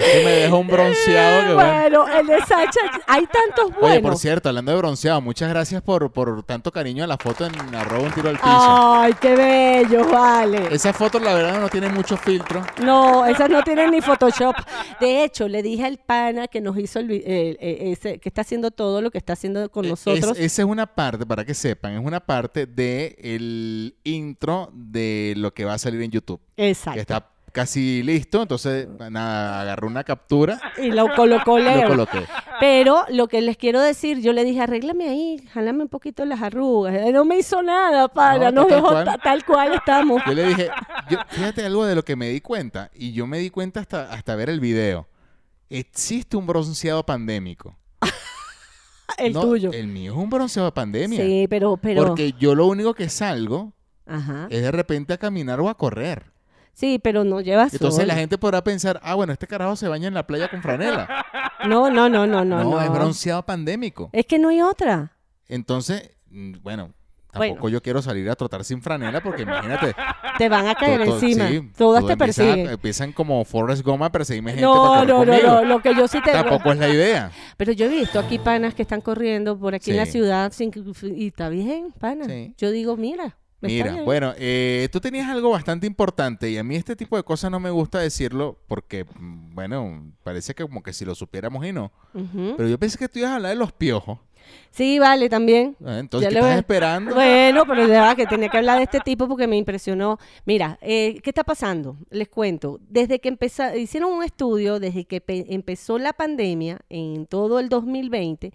Ese me dejó un bronceado que bueno.
bueno, el de Sacha, hay tantos buenos.
Oye, por cierto, hablando de bronceado, muchas gracias por, por tanto cariño a la foto en arroba un tiro al piso.
Ay, qué bello, vale.
Esa foto, la verdad, no tiene mucho filtro.
No, esas no tienen ni Photoshop. De hecho, le dije al pana que nos hizo el vi- eh, eh, ese- que está haciendo todo lo que está haciendo con
Eh,
nosotros.
es- esa es una parte, para que sepan, es una parte de el intro de lo que va a salir en YouTube. Que
Exacto.
está casi listo, entonces, nada, agarré una captura
Y lo colocó
y lo
Leo.
coloqué.
Pero lo que les quiero decir, yo le dije, arréglame ahí, jálame un poquito las arrugas. Eh, No me hizo nada, pana,
No,
nos
tal
dejó
cual.
ta- tal cual estamos.
Yo le dije, yo- fíjate algo de lo que me di cuenta, y yo me di cuenta hasta, hasta ver el video. Existe un bronceado pandémico.
El
No,
tuyo.
El mío es un bronceado pandemia.
Sí, pero, pero.
Porque eh, yo lo único que salgo
Ajá.
es de repente a caminar o a correr.
Sí, pero no llevas.
Entonces
sol.
la gente podrá pensar, ah, bueno, este carajo se baña en la playa con franela.
No, no, no, no, no.
No,
no.
es bronceado pandémico.
Es que no hay otra.
Entonces, mm, bueno,
Bueno.
tampoco yo quiero salir a trotar sin franela porque imagínate.
Te van a caer
to- to-
encima.
sí,
Todas
todo
te
empieza-
persiguen.
Empiezan como Forrest Goma a perseguirme gente
No,
para correr
no, no,
conmigo.
no, lo que yo sí te
Tampoco es la idea.
Pero yo he visto aquí panas que están corriendo por aquí en la
Sí.
ciudad sin... y está bien, pana.
Sí.
Yo digo, mira. me está
Mira,
bien.
bueno, eh, tú tenías algo bastante importante y a mí este tipo de cosas no me gusta decirlo porque, mm, bueno, parece que como que si lo supiéramos y no.
Ujú.
Pero yo pensé que tú ibas a hablar de los piojos.
Sí, vale, también.
Ah, entonces,
Ya
¿qué
le
estás
voy-
esperando?
Bueno, pero de verdad que tenía que hablar de este tipo porque me impresionó. Mira, eh, ¿qué está pasando? Les cuento. Desde que empeza- hicieron un estudio, desde que pe- empezó la pandemia en todo el 2020,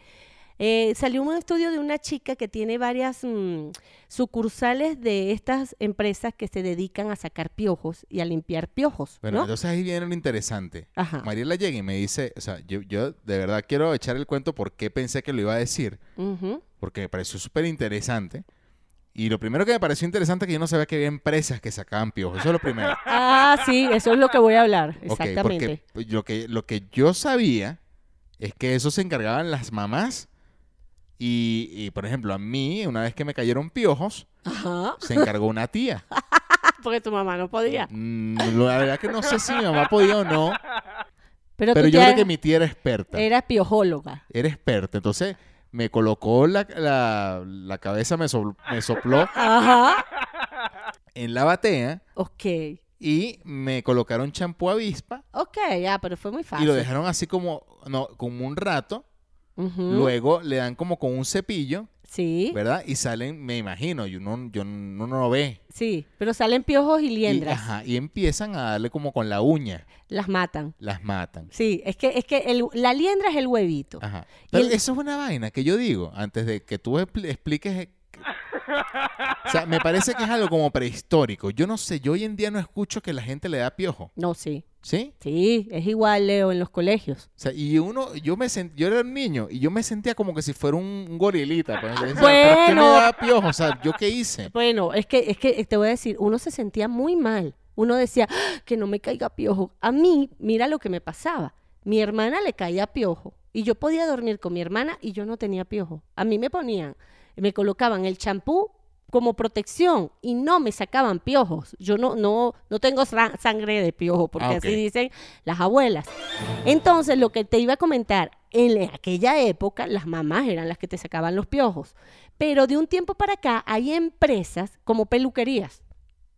eh, salió un estudio de una chica que tiene varias mm, sucursales de estas empresas que se dedican a sacar piojos y a limpiar piojos.
Bueno,
¿no?
entonces ahí viene lo interesante.
Ajá.
Mariela llega y me dice, o sea, yo, yo de verdad quiero echar el cuento por qué pensé que lo iba a decir,
Ujú.
porque me pareció súper interesante. Y lo primero que me pareció interesante es que yo no sabía que había empresas que sacaban piojos. Eso es lo primero.
Ah, sí, eso es lo que voy a hablar,
Ok,
exactamente.
porque lo que, lo que yo sabía es que eso se encargaban las mamás. Y, y, por ejemplo, a mí, una vez que me cayeron piojos,
Ajá,
se encargó una tía.
porque tu mamá no podía.
Mm, la verdad que no sé si mi mamá podía o no,
Pero,
pero
tú
yo
ya
creo que mi tía era experta. Era,
eras piojóloga.
experta. Entonces me colocó la, la- la cabeza, me, sopl- me sopló
Ajá.
en la batea
Ok.
y me colocaron champú avispa
Ok, ya, pero fue muy fácil.
y lo dejaron así como, no, como un rato.
Ujú,
Luego le dan como con un cepillo
Sí,
¿verdad? Y salen, me imagino, y uno, yo, uno no lo ve.
sí. Pero salen piojos y
Y,
liendras.
ajá, y empiezan a darle como con la uña,
Las matan.
las matan.
Sí, es que, es que el- la liendra es el huevito.
Ajá. Pero
el-
eso es una vaina que yo digo, antes de que tú expli- expliques... eh, que- O sea, me parece que es algo como prehistórico. Yo no sé, yo hoy en día no escucho que la gente le da piojo,
No, sí.
¿sí?
Sí, es igual, Leo, en los colegios.
O sea, y uno, yo me sent- yo era un niño y yo me sentía como que si fuera un, un gorilita. pues, yo decía, ¿Pero qué me
Bueno.
da piojo? O sea, ¿yo qué hice?
Bueno, es que, es que te voy a decir, uno se sentía muy mal. Uno decía, "Ah, que no me caiga piojo. A mí, mira lo que me pasaba. Mi hermana le caía piojo. Y yo podía dormir con mi hermana y yo no tenía piojo. A mí me ponían, me colocaban el champú como protección y no me sacaban piojos. Yo no, no, no tengo sa- sangre de piojo, porque
Ah, ok.
así dicen las abuelas. Entonces, lo que te iba a comentar, en la- aquella época las mamás eran las que te sacaban los piojos, pero de un tiempo para acá hay empresas como peluquerías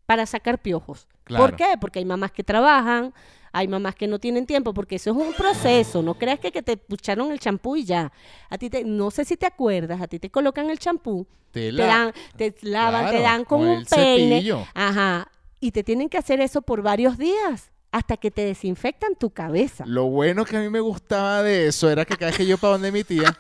para sacar piojos.
Claro.
¿Por qué? Porque hay mamás que trabajan, hay mamás que no tienen tiempo, porque eso es un proceso, no creas que, que te pucharon el champú y ya. A ti te, no sé si te acuerdas, a ti te colocan el champú,
Te
te
la-
dan, te lavan, te
claro,
dan con,
con
un
el
peine.
cepillo.
Ajá. Y te tienen que hacer eso por varios días, hasta que te desinfectan tu cabeza.
Lo bueno que a mí me gustaba de eso era que cada vez que yo para donde mi tía,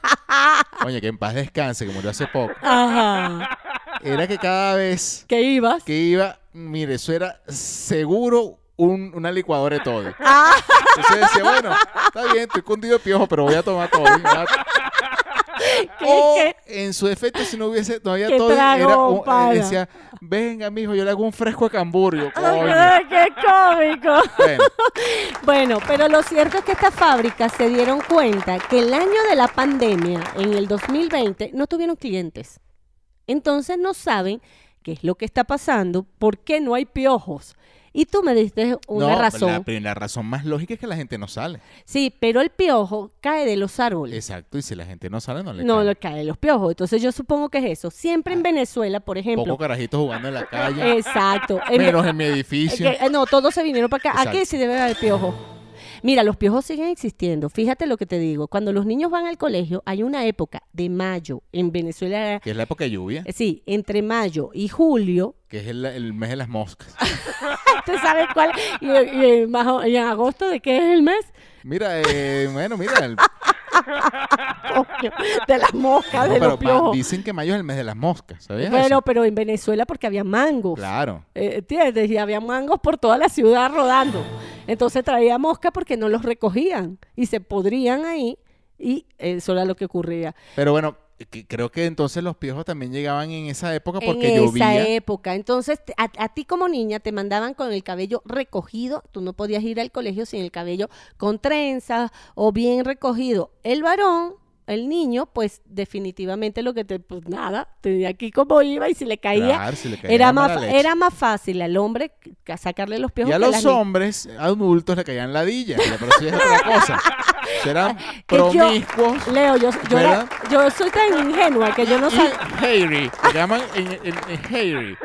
oye, que en paz descanse, que murió hace poco,
Ajá.
era que cada vez
¿Qué ibas?
que iba, mire, eso era seguro un, una licuadora de todo.
Ah,
Entonces decía, bueno, está bien, estoy cundido de piojo, pero voy a tomar todo. O
¿qué,
en su defecto, si no hubiese, no había
Qué
todo, era
trago,
un- eh,
pana.
decía, venga, mijo, yo le hago un fresco de camburio.
qué?
Oh, coño".
qué cómico!
Bueno,
Bueno, pero lo cierto es que estas fábricas se dieron cuenta que el año de la pandemia, en el 2020, no tuvieron clientes. Entonces no saben qué es lo que está pasando, por qué no hay piojos. Y tú me diste una
no, La,
razón.
pero la razón más lógica es que la gente no sale.
Sí, pero el piojo cae de los árboles.
Exacto, y si la gente no sale, no le
No,
cae. Ah,
le cae de los piojos. Entonces yo supongo que es eso. Siempre en Venezuela, por
Poco
ejemplo.
carajito jugando en la calle.
Exacto. En Ve-
menos en mi edificio.
Que- eh, no, todos se vinieron para acá.
Exacto.
Aquí sí debe haber piojos. Mira, los piojos siguen existiendo. Fíjate lo que te digo. Cuando los niños van al colegio, hay una época de mayo. En Venezuela,
Que es la época de lluvia,
eh, sí, entre mayo y julio.
que es el, el mes de las moscas.
¿Tú sabes cuál? Y, y en majo- y en agosto, ¿de qué es el mes?
Mira, eh, bueno, mira. el-
Coño, de las moscas,
no,
de
pero pa-
los piojos.
dicen que mayo es el mes de las moscas, ¿sabías?
Bueno,
eso?
pero en Venezuela porque había mangos.
Claro.
Eh, ¿Entiendes? Y había mangos por toda la ciudad rodando. Entonces traía mosca porque no los recogían y se podrían ahí y eso era lo que ocurría.
Pero bueno, que- creo que entonces los piojos también llegaban en esa época porque
en
llovía.
esa época. Entonces te- a, a ti como niña te mandaban con el cabello recogido, tú no podías ir al colegio sin el cabello con trenzas o bien recogido. El varón... El niño, pues definitivamente lo que te, pues nada, tenía aquí como iba y si le caía,
Claro, si le caía
era,
la
más,
mala
fa-
leche.
era más fácil al hombre que- sacarle los piojos
Y a
que
los
las ni-
hombres adultos le caían ladillas, pero eso ya es otra cosa. Serán
que yo-
promiscuos.
Leo, yo, yo, era-
¿Verdad?
yo soy tan ingenua que yo no
y
sabía.
Harry, le llaman en, en- en Harry.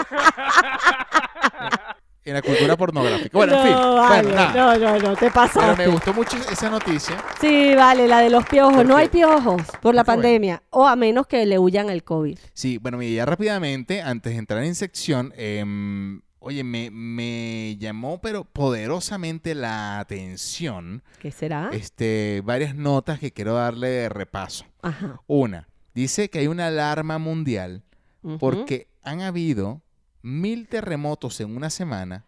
en la cultura pornográfica. Bueno, en fin.
No,
Bueno,
vale,
nada.
no, no, no, te
Pero me
pasaste.
gustó mucho esa noticia.
Sí, vale, la de los piojos.
¿Por
No
qué?
hay piojos por la
Qué bueno.
pandemia. O a menos que le huyan al COVID.
Sí, bueno, mira, ya rápidamente, antes de entrar en sección, em, oye, me, me llamó pero poderosamente la atención
¿Qué será?
este, varias notas que quiero darle de repaso.
Ajá.
Una, dice que hay una alarma mundial
Ujú.
porque han habido mil terremotos en una semana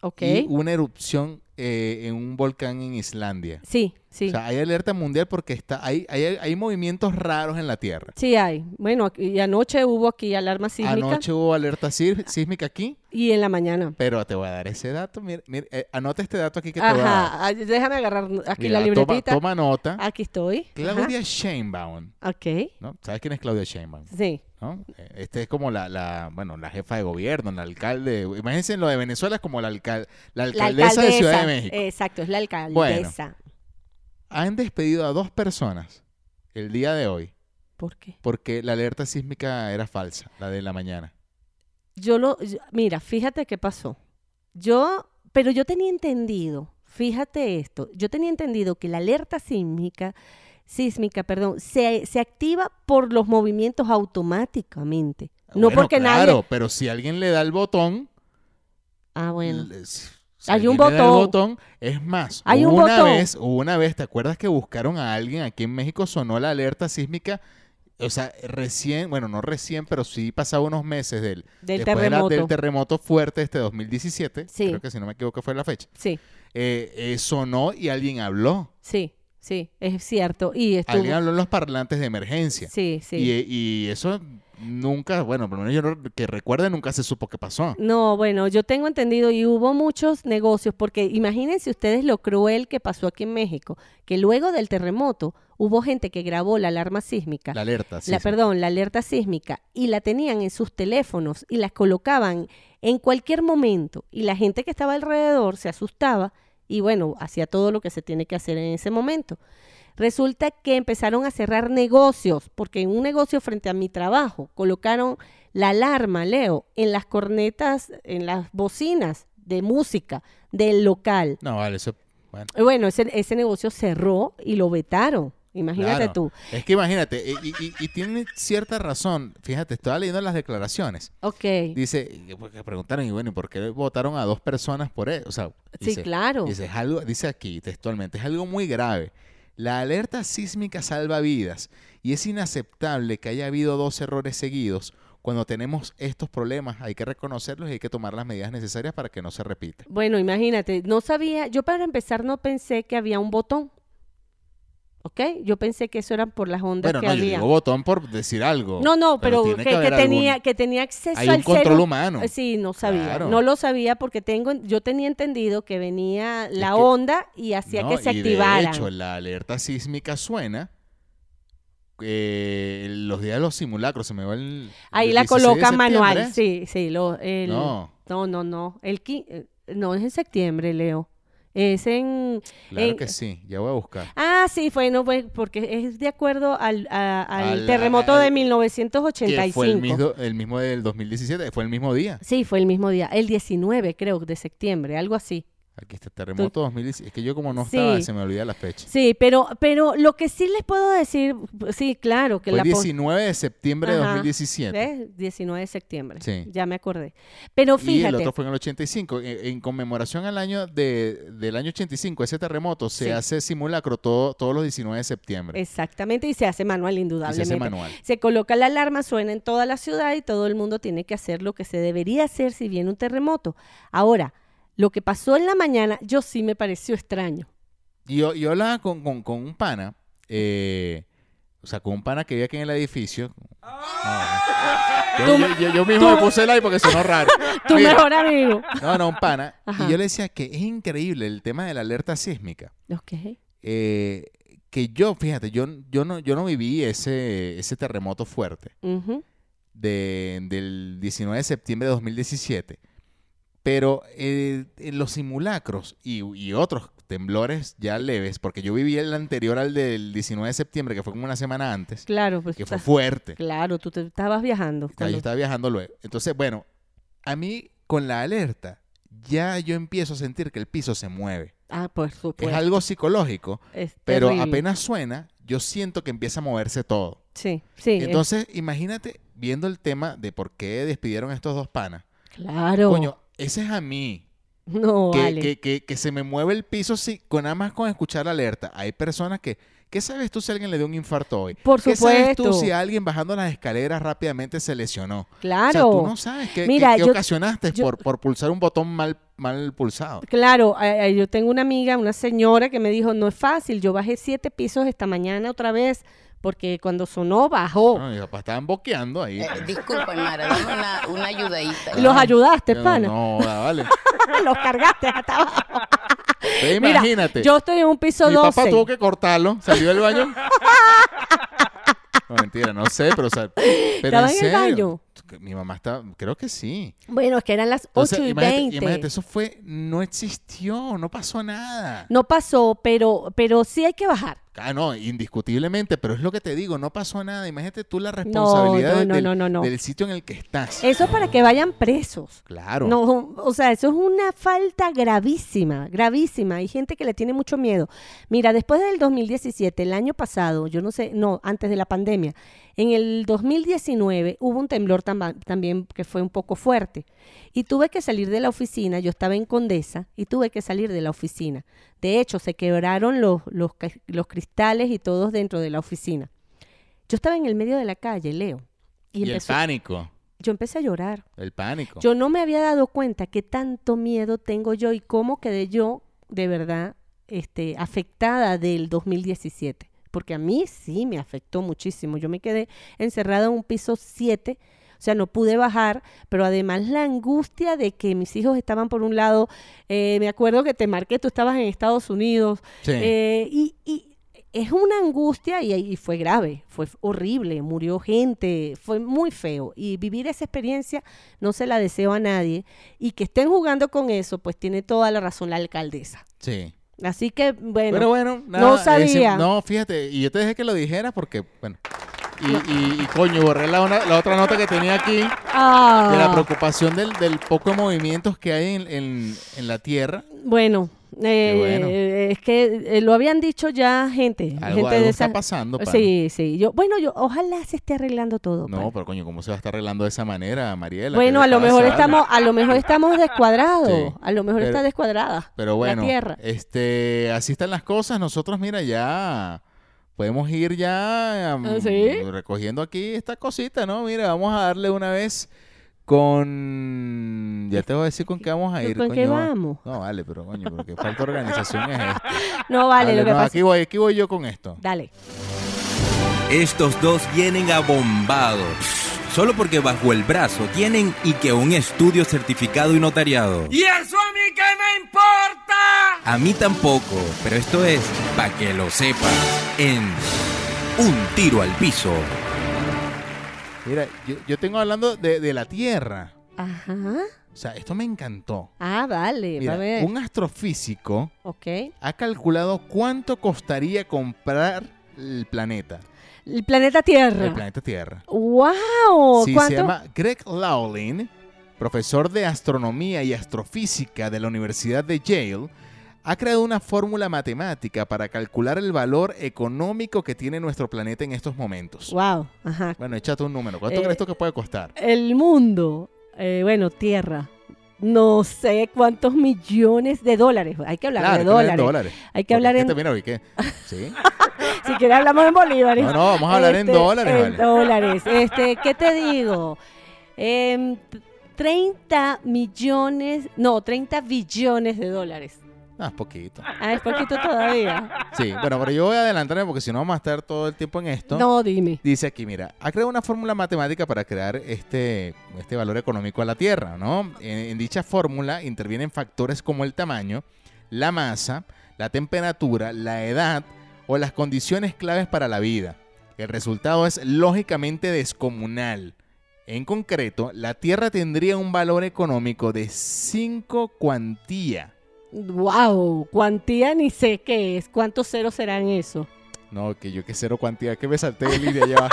Ok.
y una erupción eh, en un volcán en Islandia.
Sí, sí.
O sea, hay alerta mundial porque está, hay, hay, hay movimientos raros en la Tierra.
Sí hay. Bueno, aquí- y anoche hubo aquí alarma sísmica
Anoche hubo alerta sír- sísmica aquí.
y en la mañana.
Pero te voy a dar ese dato. Mira, mira, eh, anota este dato aquí que te voy a dar.
Ajá, ay, déjame agarrar aquí
Mira,
la
toma-
libretita.
Toma, nota.
Aquí estoy. Ajá.
Claudia Sheinbaum.
Ok,
¿no? ¿Sabes quién es Claudia Sheinbaum?
sí.
¿no? Eh, Este es como la, la, bueno, la jefa de gobierno, la alcalde. Imagínense lo de Venezuela es como la, alcal- la
La
alcaldesa
alcaldesa eh.
de Ciudad de México.
Exacto, es la alcaldesa.
Han despedido a dos personas el día de hoy
¿Por qué?
porque la alerta sísmica era falsa, la de la mañana.
Yo lo, yo- mira, fíjate qué pasó. Yo, pero yo tenía entendido, fíjate esto, yo tenía entendido que la alerta sísmica, sísmica, perdón, se, se activa por los movimientos automáticamente. No
Ah, Bueno,
porque
claro,
nadie.
pero si alguien le da el botón,
Ah, bueno.
L- s- si
Hay un
alguien le da el
botón.
botón, Es más,
Hay
hubo
un
una
botón.
vez, hubo una vez, ¿te acuerdas que buscaron a alguien aquí en México? Sonó la alerta sísmica. O sea, recién, bueno, no recién, pero sí pasaba unos meses del,
Del
después de la-
terremoto.
del terremoto fuerte este 2017.
Sí.
Creo que si no me equivoco fue la fecha.
Sí,
Eh, eh, sonó y alguien habló.
sí, sí, es cierto. Y
Alguien
estuvo.
habló en los parlantes de emergencia.
Sí, sí.
Y, y eso nunca, bueno, por lo menos yo no- que recuerde, nunca se supo qué pasó.
No, bueno, yo tengo entendido y hubo muchos negocios, porque imagínense ustedes lo cruel que pasó aquí en México, que luego del terremoto hubo gente que grabó la alarma sísmica,
La alerta.
la-
sísmica.
perdón, la alerta sísmica, y la tenían en sus teléfonos y las colocaban en cualquier momento, y la gente que estaba alrededor se asustaba y bueno, hacía todo lo que se tiene que hacer en ese momento. Resulta que empezaron a cerrar negocios, porque en un negocio frente a mi trabajo colocaron la alarma, Leo, en las cornetas, en las bocinas de música del local.
No, vale, eso. Bueno.
Eh, Bueno, ese, ese negocio cerró y lo vetaron. Imagínate
Claro.
tú.
Es que imagínate, eh, y, y- y- y tiene cierta razón. Fíjate, estaba leyendo las declaraciones.
Ok.
Dice, que- porque preguntaron, y bueno, ¿y por qué votaron a dos personas por eso? O sea,
Sí,
dice,
claro.
Dice, es algo, dice aquí textualmente, es algo muy grave. La alerta sísmica salva vidas y es inaceptable que haya habido dos errores seguidos. Cuando tenemos estos problemas hay que reconocerlos y hay que tomar las medidas necesarias para que no se repita.
Bueno, imagínate, no sabía, yo para empezar no pensé que había un botón. ¿Ok? Yo pensé que eso eran por las ondas
Bueno,
que
no, yo
había.
digo botón por decir algo.
No, no, pero,
tiene
que,
haber
que
algún-
tenía, que tenía acceso
Hay
al
un control
celu-
humano.
Eh, Sí, no sabía.
Claro.
No lo sabía porque tengo, yo tenía entendido que venía la
que-
onda y hacía
No,
que se
y
activara.
De hecho, la alerta sísmica suena eh, los días de los simulacros. Se me va el.
Ahí
el 16
la
de
coloca
septiembre,
manual.
¿eh?
Sí, sí. Lo, el-
No.
no. no, no, El, qui- eh, no, es en septiembre, Leo. Es en...
Claro
en-
que sí, ya voy a buscar.
Ah, sí, fue, no, fue- porque es de acuerdo al, a- al
Al-
terremoto
al-
de
Que fue el
1985.
mismo, el mismo del 2017, fue el mismo día.
Sí, fue el mismo día, el 19 creo, de septiembre, algo así.
Aquí está terremoto 2017. Es que yo, como no estaba,
Sí.
se me olvida la fecha.
Sí, pero, pero lo que sí les puedo decir, sí, claro, que
fue el
la... po-
19 de septiembre de
Ajá,
2017.
¿ves? 19 de septiembre,
Sí.
ya me acordé.
Y
Pero
el
fíjate,
otro fue en el 85. En, en conmemoración al año de, del año 85, ese terremoto, se
Sí.
hace simulacro todo, todos los 19 de septiembre.
exactamente, y se hace manual,
Y
indudablemente.
se hace manual.
Se coloca la alarma, suena en toda la ciudad y todo el mundo tiene que hacer lo que se debería hacer si viene un terremoto. Ahora, lo que pasó en la mañana, yo sí me pareció extraño.
Y yo, yo hablaba con, con, con un pana, eh, o sea, con un pana que vivía aquí en el edificio. Ah. Yo, yo- yo- yo mismo
tú-
me puse el like porque sonó raro.
Tu
Mira,
mejor amigo.
No, no, un pana.
Ajá.
Y yo le decía que es increíble el tema de la alerta sísmica.
Ok.
Eh, que yo, fíjate, yo, yo, no, yo no viví ese, ese terremoto fuerte
Ujú.
de- del 19 de septiembre de 2017. Pero eh, en los simulacros y, y otros temblores ya leves, porque yo viví el anterior al del 19 de septiembre, que fue como una semana antes,
Claro, pues,
que fue
estás-
fuerte.
claro, tú te estabas viajando.
O sea, Yo
cuando-
estaba viajando luego. Entonces, bueno, a mí con la alerta, ya yo empiezo a sentir que el piso se mueve.
Ah, por supuesto.
Es algo psicológico,
Es
pero
terrible.
apenas suena, yo siento que empieza a moverse todo.
Sí, sí. es-
Entonces, imagínate viendo el tema de por qué despidieron a estos dos panas.
claro.
Coño, ese es a mí.
no,
que,
vale.
que- que- que se me mueve el piso sí, con nada más con escuchar la alerta. Hay personas que, ¿qué sabes tú si alguien le dio un infarto hoy?
Por
¿Qué sabes tú
supuesto.
si alguien bajando las escaleras rápidamente se lesionó?
Claro.
O sea, tú no sabes qué, qué-
Mira,
qué
yo-
ocasionaste
yo-
por, por pulsar un botón mal, mal pulsado.
Claro, eh, eh, yo tengo una amiga, una señora que me dijo, no es fácil, yo bajé siete pisos esta mañana otra vez, porque cuando sonó, bajó.
No, y capaz estaban boqueando ahí. pues.
Eh, disculpa, Mara, dame una, una ayudadita.
Los ayudaste,
Yo,
pana.
No, ah, vale.
Los cargaste hasta abajo.
Ve,
Mira,
imagínate.
yo estoy en un piso
Mi
12.
papá tuvo que cortarlo. Salió del baño. No, mentira, no sé, pero, o sea, pero en
¿Estaba en el
serio. Mi mamá está, creo que sí.
Bueno, es que eran las
Entonces,
8 y
imagínate,
20.
imagínate, eso fue, no existió, no pasó nada.
No pasó, pero, pero sí hay que bajar.
Ah, no, indiscutiblemente, pero es lo que te digo, no pasó nada. Imagínate tú la responsabilidad
no,
de-
no,
del,
no, no, no.
del sitio en el que estás.
Eso para que vayan presos.
Claro.
No, o sea, eso es una falta gravísima, gravísima. Hay gente que le tiene mucho miedo. Mira, después del 2017, el año pasado, yo no sé, no, antes de la pandemia, en el 2019 hubo un temblor tamba- también que fue un poco fuerte. Y tuve que salir de la oficina, yo estaba en Condesa y tuve que salir de la oficina. De hecho, se quebraron los, los ca- los cristales y todos dentro de la oficina. Yo estaba en el medio de la calle, Leo. Y,
y el
empezó-
pánico,
yo empecé a llorar.
el pánico.
Yo no me había dado cuenta que tanto miedo tengo yo y cómo quedé yo de verdad este, afectada del 2017. Porque a mí sí me afectó muchísimo. Yo me quedé encerrada en un piso 7, o sea, no pude bajar, pero además la angustia de que mis hijos estaban por un lado, eh, me acuerdo que te marqué, tú estabas en Estados Unidos,
Sí.
eh, y, y es una angustia y, y fue grave, fue horrible, murió gente, fue muy feo. Y vivir esa experiencia no se la deseo a nadie. Y que estén jugando con eso, pues tiene toda la razón la alcaldesa.
sí.
Así que, bueno,
Pero bueno, nada,
no
eh, sí,
sabía.
no, fíjate, y yo te dejé que lo dijeras porque, bueno. Y, y- y, coño, borré la, una- la otra nota que tenía aquí
Ah,
de la preocupación del, del poco de movimientos que hay en, en- en la Tierra.
bueno, eh,
bueno.
es que eh, lo habían dicho ya gente.
Algo-
gente
algo
de
está
esas-
pasando, pana.
Sí, sí. Yo, bueno, yo ojalá se esté arreglando todo. pana.
No, pero coño, ¿cómo se va a estar arreglando de esa manera, Mariela?
pues. bueno,
¿Qué
a
le
lo
pasa?
mejor estamos, a lo mejor estamos descuadrados,
Sí,
a lo mejor
pero-
está descuadrada.
Pero bueno,
la tierra.
este, así están las cosas. Nosotros, mira, ya podemos ir ya mm,
¿Ah, sí?
recogiendo aquí esta cosita, ¿no? Mira, vamos a darle una vez con... Ya te voy a decir con qué vamos a ir.
¿Con qué
coño.
vamos?
No, vale, pero coño, pero qué falta de organización es esto.
No vale, lo que
no,
pasa.
Aquí voy, aquí voy yo con esto.
Dale.
Estos dos vienen abombados, solo porque bajo el brazo tienen y que un estudio certificado y notariado.
¿Y eso a mí qué me importa?
A mí tampoco, pero esto es para que lo sepas en Un tiro al piso.
Mira, yo, yo tengo hablando de, de la Tierra.
Ajá.
O sea, esto me encantó.
Ah, vale. va
Mira,
a ver.
un astrofísico
Ok.
ha calculado cuánto costaría comprar el planeta.
El planeta Tierra.
El planeta Tierra.
¡Wow!
Sí,
¿Cuánto?
se llama Greg Laulin, profesor de astronomía y astrofísica de la Universidad de Yale, ha creado una fórmula matemática para calcular el valor económico que tiene nuestro planeta en estos momentos.
Wow. Ajá.
Bueno, échate un número. ¿Cuánto
Eh,
crees tú que puede costar?
El mundo, eh, bueno, Tierra. No sé cuántos millones de dólares. Hay que hablar de
hay que hablar en
dólares.
dólares.
Hay que hablar en.
Porque es que te- mira, oye, ¿qué? ¿Sí?
Si quieres hablamos en bolívares. Este,
No, no, vamos a hablar en dólares,
En
vale.
dólares. Este, ¿qué te digo? Em, t- 30 millones, no, 30 billones de dólares.
No, es poquito.
Ah, es poquito todavía.
Sí, bueno, pero yo voy a adelantarme porque si no vamos a estar todo el tiempo en esto.
No, dime.
Dice aquí, mira, ha creado una fórmula matemática para crear este, este valor económico a la Tierra, ¿no? En, en dicha fórmula intervienen factores como el tamaño, la masa, la temperatura, la edad o las condiciones claves para la vida. El resultado es lógicamente descomunal. En concreto, la Tierra tendría un valor económico de 5 cuantía.
Wow, cuantía ni sé qué es. ¿Cuántos ceros serán eso?
No, que yo que cero cuantía, que me salté de línea, ya va.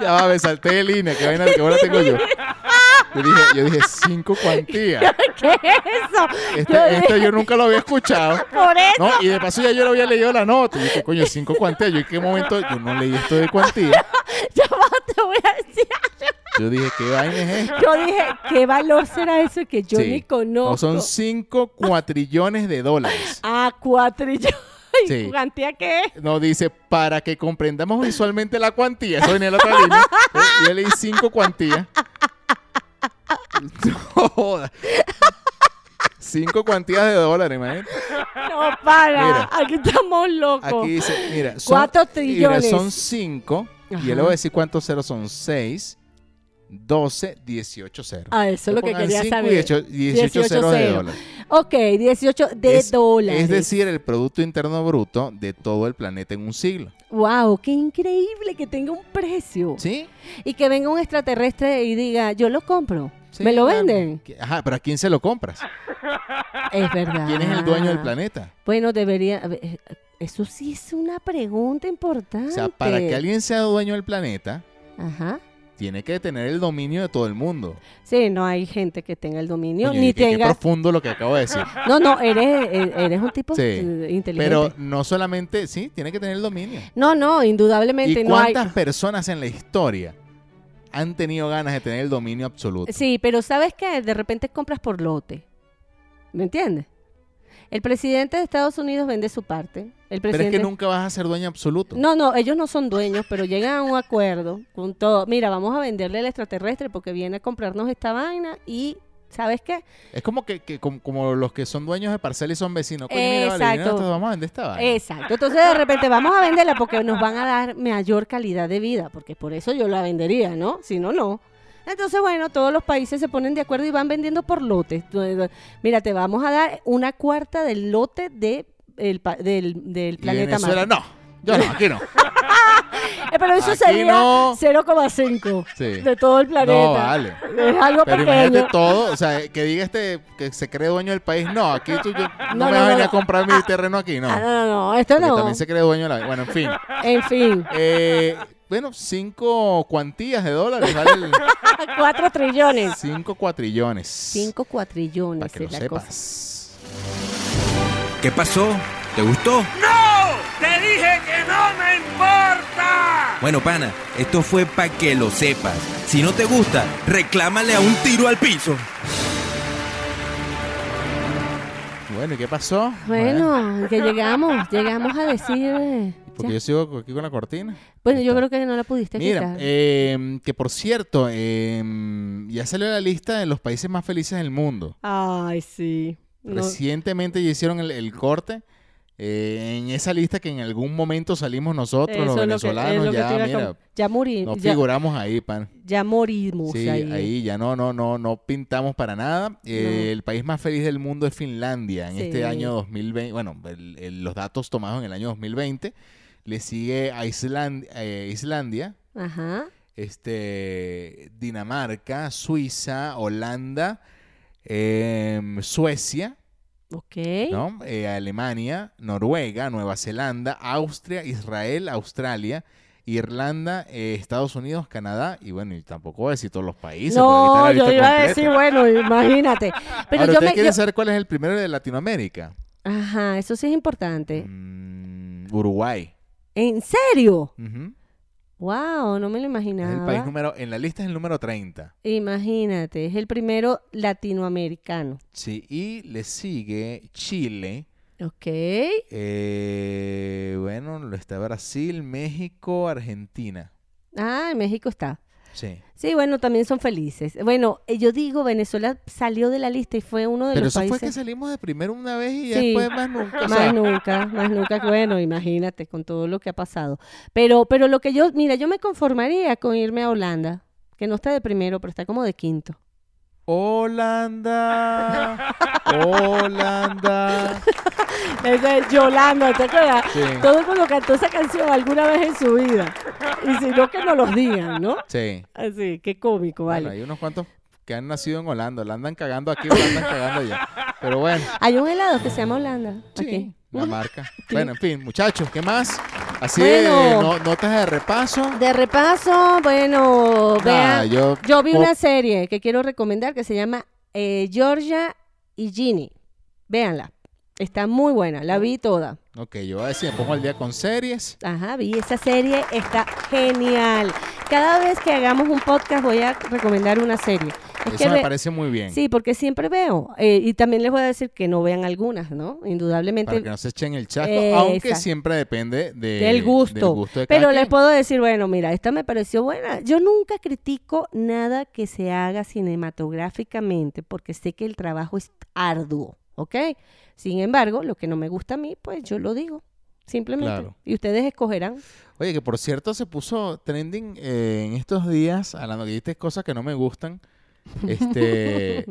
ya va, me salté de línea, que vaina, que ahora tengo yo. Yo dije, yo dije cinco cuantías.
¿Qué es eso?
Este,
Yo
este
dije,
yo nunca lo había escuchado.
Por eso.
No, y de paso ya yo lo había leído la nota. Y dije, coño, cinco cuantías. Yo en qué momento, yo no leí esto de cuantía.
Ya va, te voy a decir.
Yo dije, ¿qué vaina es esto?
Yo dije, ¿qué valor será eso que yo
Sí.
ni conozco?
No, son cinco cuatrillones de dólares.
Ah, cuatrillones.
Sí.
¿Y ¿Cuantía qué es?
No, dice, para que comprendamos visualmente la cuantía. Eso venía en la otra línea. Eh, Yo- Yo leí cinco cuantías. No joda. Cinco cuantías de dólares, imagínate.
No, para.
Mira.
Aquí estamos locos.
Aquí dice, mira, son,
Cuatro
mira,
trillones.
son cinco. Y yo le voy a decir cuántos ceros son. Seis, doce, dieciocho ceros.
Ah, eso es lo que
Pongan
quería
cinco y
saber.
dieciocho- dieciocho ceros de
cero.
dólares.
Ok, 18 de
Es-
dólares.
Es decir, el Producto Interno Bruto de todo el planeta en un siglo.
wow, qué increíble que tenga un precio.
¿Sí?
Y que venga un extraterrestre y diga, yo lo compro.
Sí,
¿Me lo
claro.
venden?
¿Qué- Ajá, pero ¿a quién se lo compras?
Es verdad.
¿Quién es el dueño
Ah.
del planeta?
Bueno, debería... a ver, eh, Eso sí es una pregunta importante.
O sea, para que alguien sea dueño del planeta,
Ajá.
tiene que tener el dominio de todo el mundo.
Sí, no hay gente que tenga el dominio,
Coño,
ni
y qué- qué
tenga...
profundo lo que acabo de decir.
No, no, eres, e- eres un tipo
Sí,
eh, inteligente.
Pero no solamente, sí, tiene que tener el dominio.
No, no, indudablemente
¿Y
no hay...
cuántas personas en la historia han tenido ganas de tener el dominio absoluto?
Sí, pero ¿sabes qué? De repente compras por lote. ¿Me entiendes? El presidente de Estados Unidos vende su parte. El
Pero es
presidente...
que nunca vas a ser dueño absoluto.
No, no, ellos no son dueños, pero llegan a un acuerdo con todo. Mira, vamos a venderle al extraterrestre porque viene a comprarnos esta vaina y, ¿sabes qué?
Es como que, que como, como los que son dueños de parcelas y son vecinos. Coño, mira, vale,
Exacto.
mira, nosotros vamos a vender esta vaina.
Exacto. Entonces de repente vamos a venderla porque nos van a dar mayor calidad de vida, porque por eso yo la vendería, ¿no? Si no, no. Entonces, bueno, todos los países se ponen de acuerdo y van vendiendo por lotes. Tú, eh, Mira, te vamos a dar una cuarta del lote de el pa- del, del
Y
planeta
Venezuela,
Marte.
no. Yo no, aquí no.
Eh, pero eso
Aquí
sería
no.
0,5
Sí.
de todo el planeta.
No, vale.
Es algo
Pero
pequeño.
imagínate todo, o sea, que diga este que se cree dueño del país. No, aquí tú, yo- no,
No,
me
no,
vas a
no,
venir a
no.
comprar mi terreno aquí, no.
Ah, no, no, no, esto
Porque
no.
también se cree dueño de la. Bueno, en fin.
En fin,
Eh, bueno, cinco cuantías de dólares, ¿vale? El-
4 trillones.
Cinco cuatrillones.
5 cuatrillones
Para que lo
es la cosa.
sepas.
¿Qué pasó? ¿Te gustó?
¡Te dije que no me importa!
Bueno, pana, esto fue para que lo sepas. Si no te gusta, reclámale a un tiro al piso.
Bueno, ¿y qué pasó?
Bueno, que llegamos, llegamos a decir. eh,
Porque
ya.
yo sigo aquí con la cortina.
Bueno, yo
Está.
creo que no la pudiste
Mira,
quitar.
eh, que por cierto, eh, ya salió la lista de los países más felices del mundo.
Ay, sí. No.
Recientemente ya hicieron el, el corte. eh, en esa lista que en algún momento salimos nosotros,
Eso es
los
lo que- es
venezolanos,
lo que te iba
ya,
a
mira,
com- ya muri-
no
ya,
figuramos ahí, pan.
ya morimos
Sí, ahí.
ahí.
ya no, no, no, no pintamos para nada. Eh,
No.
El país más feliz del mundo es Finlandia en
Sí.
este año 2020. Bueno, el- el- los datos tomados en el año 2020. Le sigue a Island- eh, Islandia,
Ajá.
este, Dinamarca, Suiza, Holanda, em, Suecia,
Ok.
¿no? Eh, Alemania, Noruega, Nueva Zelanda, Austria, Israel, Australia. Irlanda, eh, Estados Unidos, Canadá y bueno, y tampoco voy a decir todos los países. porque
No,
ahorita la
yo
lista
iba a
completa.
decir, bueno, imagínate. Pero
Ahora,
yo
¿ustedes
me.
quieren
yo-
saber cuál es el primero de Latinoamérica?
Ajá, eso sí es importante.
Mm, Uruguay.
¿En serio?
Ujú.
Wow, no me lo
Es
imaginaba.
el país número, en la lista es el número 30.
Imagínate, es el primero latinoamericano.
Sí, y le sigue Chile.
Ok.
eh, bueno, lo está Brasil, México, Argentina.
Ah, en México está.
Sí.
Sí, bueno, también son felices. Bueno, eh, yo digo, Venezuela salió de la lista y fue uno de
Pero
los
eso
países.
fue que salimos de primero una vez y
Sí.
después más nunca. o
más
sea,
nunca, más nunca. Bueno, imagínate con todo lo que ha pasado. Pero, pero lo que yo, mira, yo me conformaría con irme a Holanda, que no está de primero, pero está como de quinto.
Holanda. Holanda.
Esa es Yolanda, ¿te acuerdas?
Sí.
Todo el mundo cantó esa canción alguna vez en su vida. Y si no, que nos los digan, ¿no?
Sí.
Así, qué cómico,
Bueno,
vale.
hay unos cuantos que han nacido en Holanda. La andan cagando aquí, la andan cagando allá. Pero bueno.
Hay un helado que se llama Holanda.
Sí,
aquí.
la marca. Bueno, en fin, muchachos, ¿qué más? Así de
Bueno.
no- notas de repaso.
De repaso, bueno,
Nada,
vean.
Ah, yo-
Yo, vi
o-
una serie que quiero recomendar que se llama eh, Georgia y Ginny. Véanla. Está muy buena, la vi toda.
Ok, yo voy a decir, me pongo al día con series.
Ajá, vi esa serie, está genial. Cada vez que hagamos un podcast voy a recomendar una serie. Es que
Eso me
ve-
parece muy bien.
Sí, porque siempre veo. eh, y también les voy a decir que no vean algunas, ¿no? Indudablemente.
Para que no se echen el chasco,
Eh,
aunque
exacto.
siempre depende de-
del gusto.
Eh, del gusto de cada
Pero les
quien.
puedo decir, bueno, mira, esta me pareció buena. Yo nunca critico nada que se haga cinematográficamente porque sé que el trabajo es arduo, ¿ok? Sin embargo, lo que no me gusta a mí, pues yo lo digo, simplemente.
Claro.
Y ustedes escogerán.
Oye, que por cierto se puso trending eh, en estos días, hablando que dijiste cosas que no me gustan. Este.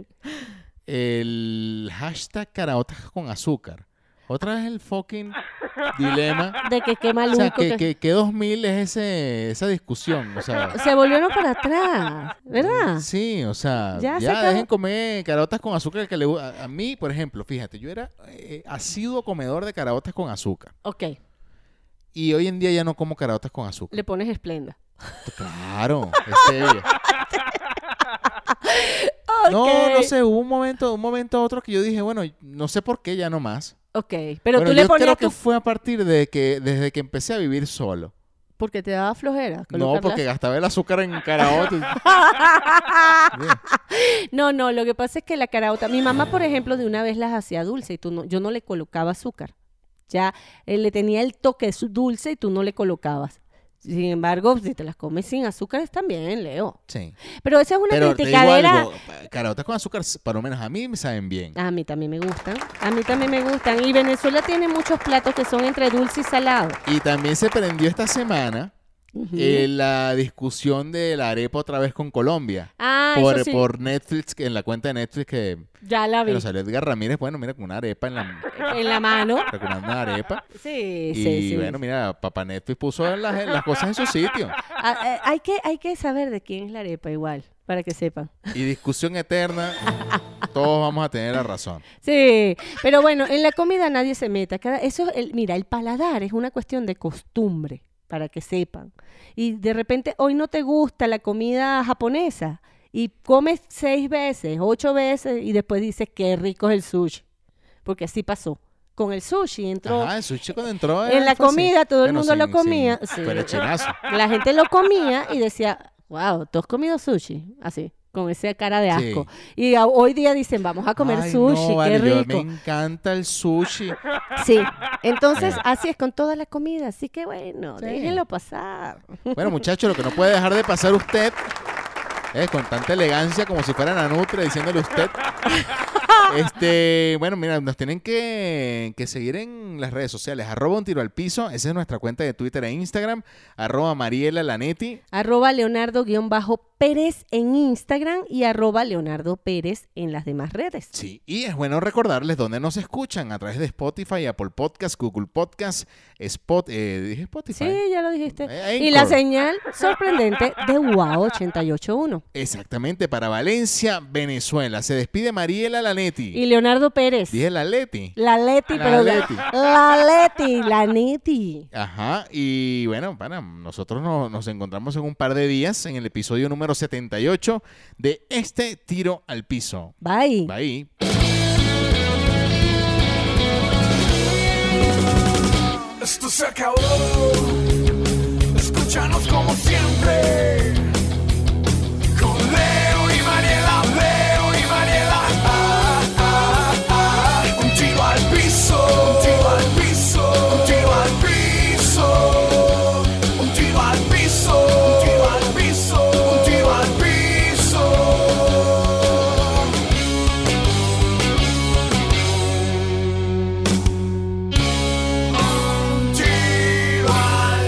el hashtag caraotas con azúcar. Otra vez el fucking dilema.
De que qué
O
maluco.
sea, que,
que-
que, que 2000 es ese, esa discusión. O sea.
Se volvieron para atrás, ¿verdad?
Sí, o sea, ya,
Ya se acabó.
dejen comer caraotas con azúcar que le gu- a, a mí, por ejemplo, fíjate, yo era eh, asiduo comedor de caraotas con azúcar
Ok,
y hoy en día ya no como caraotas con azúcar.
le pones esplenda.
Claro, este es serio. No, no sé, hubo un momento, un momento a otro que yo dije, bueno, no sé por qué ya no más.
Ok, pero
Bueno,
tú le
yo creo
ponías
que
tu...
fue a partir de que desde que empecé a vivir solo.
Porque te daba flojera.
No,
colocarla.
porque gastaba el azúcar en caraotas.
No, no, lo que pasa es que la caraota, mi mamá, por ejemplo, de una vez las hacía dulce y tú no, yo no le colocaba azúcar. Ya eh, le tenía el toque su- dulce y tú no le colocabas. Sin embargo, si te las comes sin azúcar están bien, Leo.
Sí.
Pero esa es una
Pero te digo
criticadera.
algo, caraotas con azúcar, por lo menos a mí me saben bien.
A mí también me gustan. A mí también me gustan. Y Venezuela tiene muchos platos que son entre dulce y salado.
Y también se prendió esta semana eh, la discusión de la arepa otra vez con Colombia.
Ah,
por,
eso sí.
por Netflix, que en la cuenta de Netflix que,
Ya la
que
vi.
nos salió Edgar Ramírez, bueno, mira, con una arepa en la...
En la mano.
recomendando una arepa.
Sí,
y
sí, sí.
bueno, mira, Papá Netflix puso las, eh, las cosas en su sitio.
Ah, eh, hay, que, hay que saber de quién es la arepa igual, para que sepan.
Y discusión eterna, todos vamos a tener la razón.
Sí, pero bueno, en la comida nadie se meta. Cada, eso, es el, mira, el paladar es una cuestión de costumbre, para que sepan. Y de repente hoy no te gusta la comida japonesa y comes seis veces, ocho veces y después dices qué rico es el sushi, porque así pasó. Con el sushi entró
Ajá, el sushi cuando entró...
en
era
la
fácil.
comida, todo el
Bueno,
mundo lo
sin-
comía.
sin-
sí.
Fuera chinazo.
La gente lo comía y decía, wow, ¿tú has comido sushi? Así, con esa cara de asco. Y a- hoy día dicen, vamos a comer
Ay, no,
sushi, qué
vale, yo-
rico.
me encanta el sushi.
Sí, entonces
Sí.
así es con toda la comida, así que bueno,
Sí.
déjenlo pasar.
Bueno, muchachos, lo que no puede dejar de pasar usted es con tanta elegancia como si fuera Nanutra diciéndole usted. Este, bueno, mira, nos tienen que, que seguir en las redes sociales. Arroba un tiro al piso. Esa es nuestra cuenta de Twitter e Instagram. Arroba Mariela Lanetti.
Arroba Leonardo-Pérez en Instagram y arroba Leonardo Pérez en las demás redes.
Sí, y es bueno recordarles dónde nos escuchan a través de Spotify, Apple Podcast, Google Podcast, Spot, eh, dije Spotify.
Sí, ya lo dijiste.
Eh,
Y la
Anchor.
señal sorprendente de WOW 881.
Exactamente, para Valencia, Venezuela. Se despide Mariela Lanetti.
Y Leonardo Pérez.
Dije la Leti.
La Leti,
La
pero
Leti.
la Leti, la Neti.
Ajá, y bueno, para, nosotros no- nos encontramos en un par de días en el episodio número 78 de este tiro al piso.
Bye.
Bye.
Esto se acabó. Escúchanos como siempre. Con Leo y Mariela, Leo y Mariela. Ah, ah, ah. Un tiro al piso. Un tiro al piso. Un tiro al piso. Un tiro al piso. Un tiro al piso. Un tiro al piso. Un tiro al